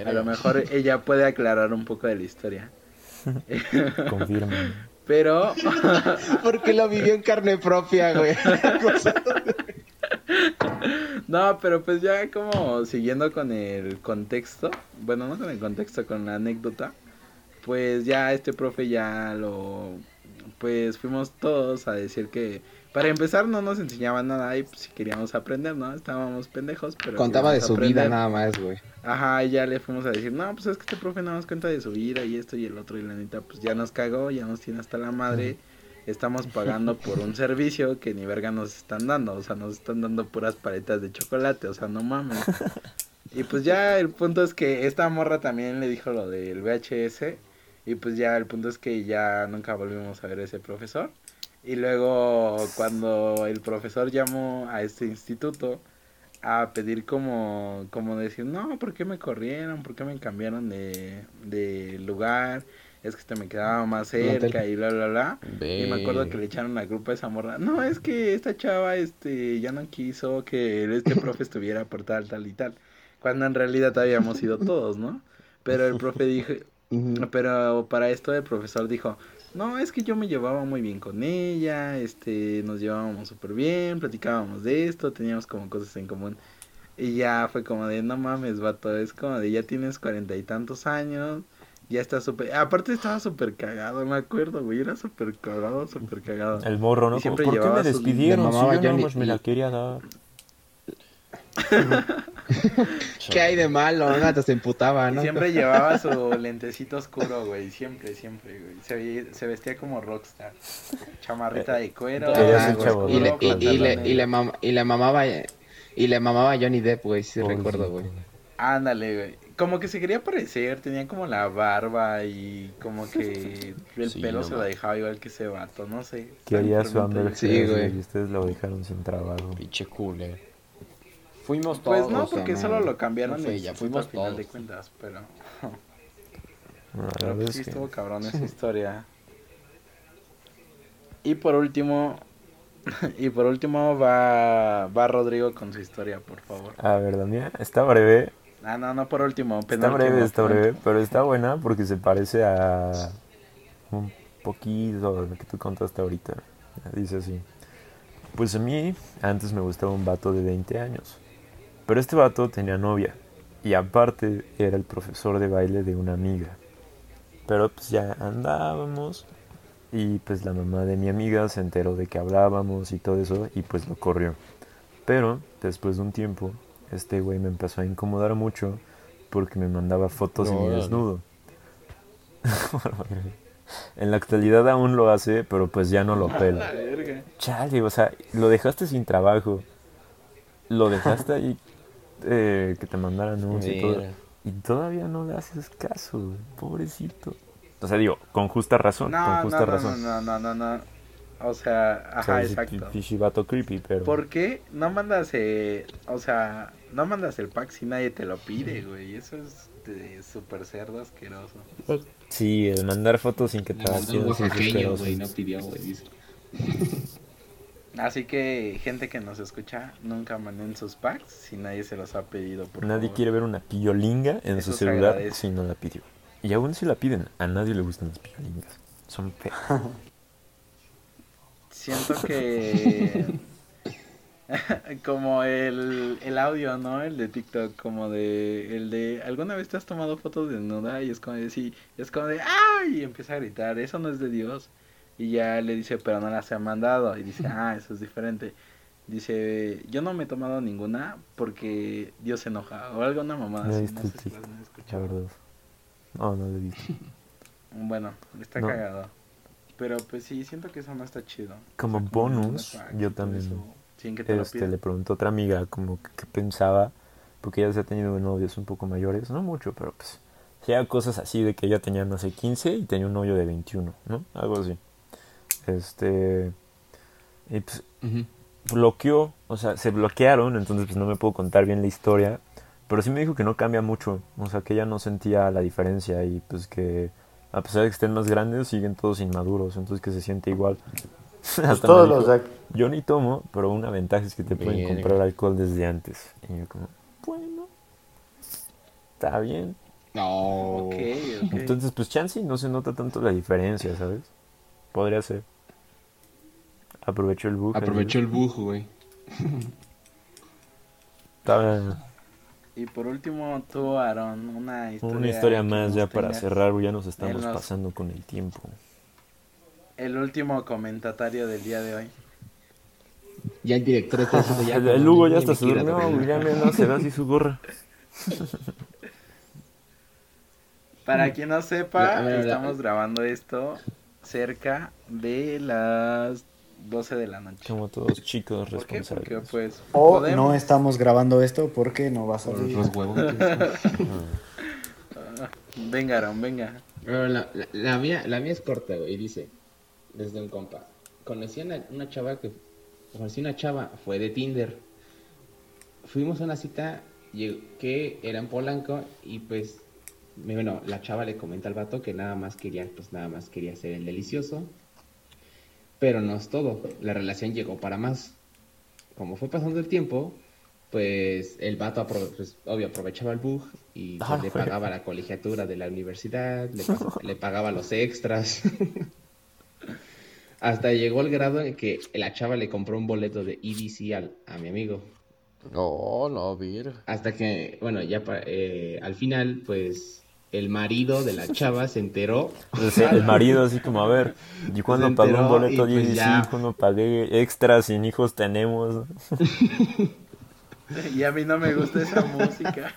a lo mejor ella puede aclarar un poco de la historia. Confirma. Pero Porque lo vivió en carne propia, güey. No, pero pues ya como siguiendo con el contexto, bueno, no con el contexto, con la anécdota, pues ya este profe ya lo, pues fuimos todos a decir que para empezar no nos enseñaban nada y pues, si queríamos aprender, ¿no? Estábamos pendejos, [LAUGHS] pero... Contaba de queríamos su vida aprender. nada más, güey. Ajá, y ya le fuimos a decir, no, pues es que este profe nada más cuenta de su vida y esto y el otro y la neta, pues ya nos cagó, ya nos tiene hasta la madre. Estamos pagando por un servicio que ni verga nos están dando, o sea, nos están dando puras paletas de chocolate, o sea, no mames. Y pues ya el punto es que esta morra también le dijo lo del VHS y pues ya el punto es que ya nunca volvimos a ver a ese profesor. Y luego cuando el profesor llamó a este instituto, a pedir como, como decir, no, ¿por qué me corrieron? ¿Por qué me cambiaron de, de lugar? Es que este me quedaba más Un hotel. cerca y bla, bla, bla. Y me Eh. acuerdo que le echaron la culpa a esa morra. No, es que esta chava este, ya no quiso que el- este profe estuviera por tal, tal y tal. Cuando en realidad habíamos ido todos, ¿no? Pero el profe dijo, pero para esto el profesor dijo, no, es que yo me llevaba muy bien con ella, este, nos llevábamos súper bien, platicábamos de esto, teníamos como cosas en común. Y ya fue como de, no mames, vato, es como de, ya tienes cuarenta y tantos años, ya está súper, aparte estaba súper cagado, me acuerdo, güey, era súper cagado, súper cagado. El morro, ¿no? Y siempre ¿Por qué llevaba me sus- despidieron? le Si mamaba yo nada Johnny más me la quería dar. ¿Qué hay de malo? Nada, te se emputaba, Y ¿no? siempre [LAUGHS] llevaba su lentecito oscuro, güey, siempre, siempre, güey. Se, veía- se vestía como rockstar, chamarrita Eh, de cuero. Quería Ajá, ser algo güey. chavo, y, le, oscuro, y, y le, y, pantalones. le mam- y le mamaba y le mamaba a Johnny Depp, güey, sí Pobrecito. recuerdo, güey. Ándale, güey. Como que se quería parecer, tenía como la barba y [LAUGHS] como que el Sí, pelo no se lo mames. dejaba igual que ese vato, no sé. Quería su Enfermito, Amber yo Sí, Heard, güey. Y ustedes lo dejaron sin trabajo. Pinche culero. Fuimos todos. Pues no, porque también. solo lo cambiaron No y fue el ella, instituto al fuimos final todos. de cuentas, pero... No, la Pero verdad sí es que- estuvo cabrón esa historia. Y por último... [LAUGHS] Y por último va, va Rodrigo con su historia, por favor. A ver, la mía está breve. Ah, no, no por último. Está breve, penúltimo. está breve, pero está buena porque se parece a un poquito de lo que tú contaste ahorita. Dice así. Pues a mí antes me gustaba un vato de 20 años, pero este vato tenía novia y aparte era el profesor de baile de una amiga. Pero pues ya andábamos y pues la mamá de mi amiga se enteró de que hablábamos y todo eso y pues lo corrió. Pero después de un tiempo, este güey me empezó a incomodar mucho porque me mandaba fotos de mi Órale. desnudo. [LAUGHS] en la actualidad aún lo hace, pero pues ya no lo pela. La verga. Chale, o sea, lo dejaste sin trabajo. Lo dejaste ahí eh, que te mandaran un y todo. Mira. Y todavía no le haces caso, güey, pobrecito. O sea, digo, con justa razón, con No, justa no, no, razón. no, no, no, no, no. O O sea, sea, ajá, ese exacto. pinche vato creepy, pero... ¿Por qué no mandas, eh, o sea, no mandas el pack si nadie te lo pide, güey? Eso es de súper cerdo asqueroso. Sí, el mandar fotos sin que Le te hagas mandó un sí, es oaxaqueño, asqueroso. güey, no pidió, güey, dice. Así que, gente que nos escucha, nunca manden sus packs si nadie se los ha pedido, por Nadie favor. quiere ver una pillolinga en Eso su se celular agradece. si no la pidió. Y aún si la piden, a nadie le gustan las pillolingas. Son feas. Siento que... [LAUGHS] como el, el audio, ¿no? El de TikTok, como de... El de... ¿Alguna vez te has tomado fotos desnuda? Y es como de... Sí, es como de... ¡Ay! Y empieza a gritar. Eso no es de Dios. Y ya le dice, pero no las he mandado. Y dice, ah, eso es diferente. Dice, yo no me he tomado ninguna porque Dios se enoja. O alguna mamada. No he así, visto no el sé si las TikTok, han la escuchado. verdad. No, no lo he visto. Bueno, está No. cagado. Pero pues sí, siento que eso no está chido. Como O sea, bonus, mandas packs yo y todo también, eso Sin que te lo Este, pidan. le preguntó a otra amiga como que, qué pensaba, porque ella se ha tenido novios un poco mayores, no mucho, pero pues sí había cosas así de que ella tenía, no sé, 15 y tenía un novio de 21, ¿no? Algo así. Este... Y pues bloqueó, o sea, se bloquearon, entonces pues no me puedo contar bien la historia, pero sí me dijo que no cambia mucho, o sea, que ella no sentía la diferencia y pues que a pesar de que estén más grandes, siguen todos inmaduros, entonces que se siente igual. [LAUGHS] Hasta me Pues todos los dijo, ac- Yo ni tomo, pero una ventaja es que te pueden Verga. comprar alcohol desde antes. Y yo como, bueno, está bien. No. Ok, ok. Entonces pues chance y no se nota tanto la diferencia, ¿sabes? Podría ser. Aprovechó el bug. Aprovechó el bujo, güey. Estaba... Y por último, tú, Aaron, una historia. Una historia que más nos ya para tengas. cerrar, güey, ya nos estamos nos- pasando con el tiempo. el último comentatario del día de hoy. Ya el director está diciendo ya. El, [LAUGHS] como, el Hugo ya ni hasta me se quiero durmió, dormir. güey, ya mira, no se ve así su gorra. Para quien no sepa, Mm. La- la- la- estamos grabando esto cerca de las 12 de la noche. Como todos chicos ¿Por qué? Porque responsables. pues Oh, O podemos- no estamos grabando esto porque no va a Por salir. los huevos. Venga, Aaron, venga. [LAUGHS] Pero la, la- la mía, la mía es corta, güey. Y dice, desde un compa. Conocí a una, una chava que... Conocí una chava, fue de Tinder. Fuimos a una cita lleg- que era en Polanco y pues... me- Bueno, la chava le comenta al vato que nada más quería, pues nada más quería ser el delicioso. Pero no es todo. La relación llegó para más. Como fue pasando el tiempo, pues el vato, apro- pues, obvio, aprovechaba el bug y pues, Ah, le güey. pagaba la colegiatura de la universidad, le, pa- le pagaba los extras. [LAUGHS] Hasta llegó el grado en que la chava le compró un boleto de EDC al- a mi amigo. No, no, Vir. Hasta que, bueno, ya pa- eh, al final, pues el marido de la chava se enteró O sea, el marido así como, a ver, ¿y cuando Se pagué un enteró boleto y pues 16? ya. cuando pagué extras sin hijos tenemos? Y a mí no me [LAUGHS] gusta esa música.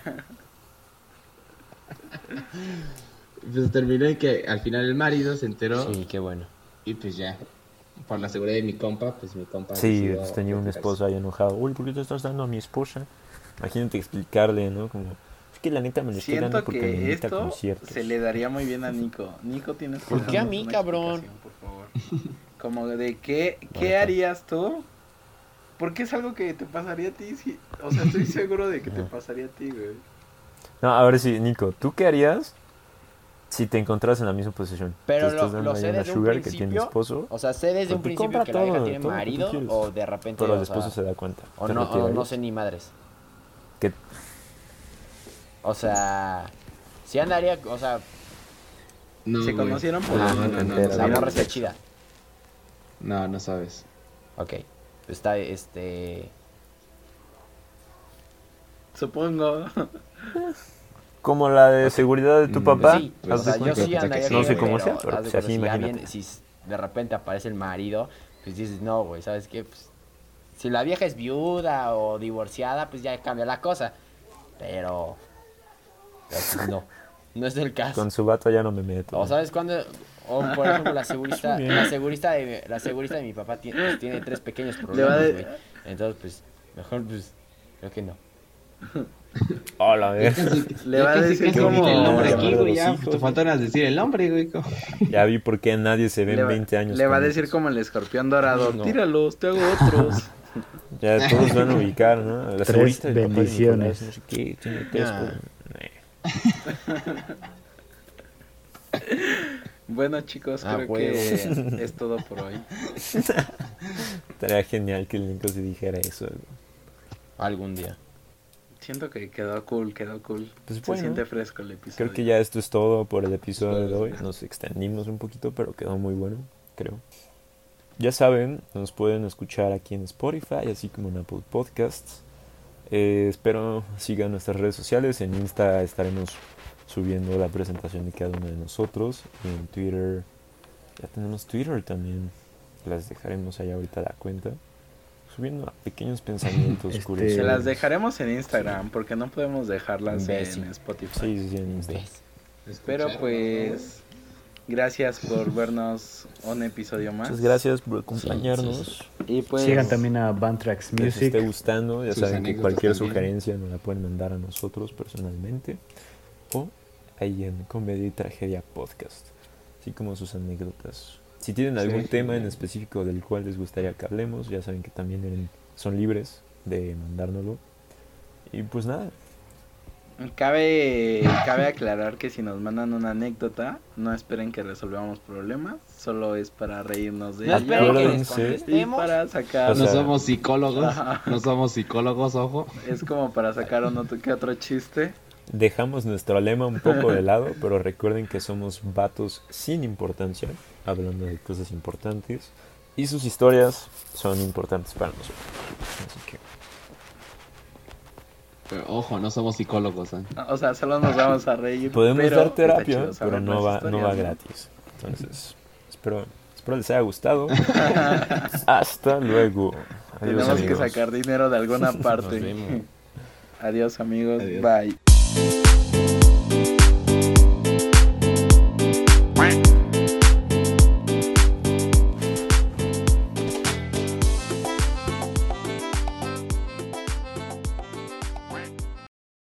Pues terminó en que al final el marido se enteró Sí, qué bueno. y pues ya. Por la seguridad de mi compa, pues mi compa. Sí, decidió pues tenía un retirarse. esposo ahí enojado. Uy, ¿por qué te estás dando a mi esposa? Imagínate explicarle, ¿no? Como, Pues es que la neta me lo estoy dando Siento porque me que invita a esto conciertos. se le daría muy bien a Nico. Nico, tienes que ¿Por qué a darnos mí, una cabrón? explicación, [LAUGHS] Por favor. Como de qué, Ahí qué está. harías tú. Porque es algo que te pasaría a ti. si- o sea, estoy seguro de que te pasaría a ti, güey. No, a ver si, Nico, ¿tú qué harías si te encontraras en la misma posición? Pero te estás lo- dando lo ahí sé a una desde un sugar que tiene principio, esposo, O sea, sé desde Pues un tú principio compra que la vieja todo, tiene todo lo que tú marido quieres. o de repente. pero el o esposo sea, se da cuenta. o ¿Te ¿eh? no, lo o no tirarías? sé ni madres. ¿Qué- O sea, si andaría, o sea, ah, No, Se güey. conocieron por No, el no, no, no, Tinder, la Pero- morra sabes. está chida. No, no sabes. Ok, está este. [LAUGHS] Supongo. Como la de seguridad de tu Mm, papá. sí, Pues o haz de sea, yo cuenta. sí Pues, andaría no sé güey, cómo sea, haz pero, de pues, cuenta, así, si ya imagínate. viene- si s- de repente aparece el marido, pues dices, no, güey, ¿sabes qué? Pues, si la vieja es viuda o divorciada, pues ya cambia la cosa. Pero. pues, no, no es el caso. Con su vato ya no me meto. O sabes cuándo, o por ejemplo la segurista, Muy bien. la segurista de la segurista de mi papá tiene, pues, tiene tres pequeños Le va problemas, de- güey. Entonces pues mejor pues creo que no. Hola, a ver. [LAUGHS] Le va a decir casi como. grita el nombre la aquí, madre güey. de Ya los hijos. te faltaron a decir el nombre, güey. co- Ya vi por qué nadie se ve Le en va, 20 años. le va a con decir ellos. como el escorpión dorado. No. Tíralos, te hago [LAUGHS] otros. Ya todos van [LAUGHS] a ubicar, ¿no? La Tres segurita del papá de bendiciones. Nicolás, no sé qué, tiene tres, pues, Ah. pero- bueno, chicos, Ah, creo huevo. que es todo por hoy. Estaría genial que el Nico se dijera eso. güey. Algún día. Siento que quedó cool, quedó cool. Pues Se bueno. siente fresco el episodio. Creo que ya esto es todo por el episodio de hoy. Nos extendimos un poquito, pero quedó muy bueno, creo. Ya saben, nos pueden escuchar aquí en Spotify, así como en Apple Podcasts. Eh, espero sigan nuestras redes sociales. En Insta estaremos subiendo la presentación de cada uno de nosotros. Y en Twitter, ya tenemos Twitter también. Las dejaremos ahí ahorita la cuenta. Subiendo pequeños pensamientos Este, curiosos. Se las dejaremos en Instagram porque no podemos dejarlas Imbécil. en Spotify. Sí, sí, sí, en Insta. ¿Ves? Pero pues gracias por vernos un episodio más. Muchas gracias por acompañarnos. Y pues Sigan también a Bantrax les esté Music. gustando. Ya Sus saben que anécdotas cualquier también. sugerencia nos la pueden mandar a nosotros personalmente o ahí en Comedia y Tragedia Podcast, así como sus anécdotas. Si tienen algún Sí. tema en específico del cual les gustaría que hablemos, ya saben que también en- son libres de mandárnoslo. Y pues nada, cabe cabe aclarar que si nos mandan una anécdota, no esperen que resolvamos problemas, solo es para reírnos de No ellos esperen que les Acuérdense. y contestemos. para sacar O No sea- somos psicólogos. No somos psicólogos, ojo. es como para sacar uno que otro chiste. dejamos nuestro lema un poco [LAUGHS] de lado, pero recuerden que somos vatos sin importancia, hablando de cosas importantes, y sus historias son importantes para nosotros. Así que Pero, ojo, no somos psicólogos. ¿eh? O sea, solo nos vamos a reír. Podemos pero dar está terapia, chido saber pero no va, nuestras no va historias, gratis. Entonces, espero, Espero les haya [LAUGHS] gustado. Hasta luego. Adiós, Tenemos que amigos. [LAUGHS] sacar dinero de alguna parte. vemos. [LAUGHS] Adiós amigos. Adiós. Bye.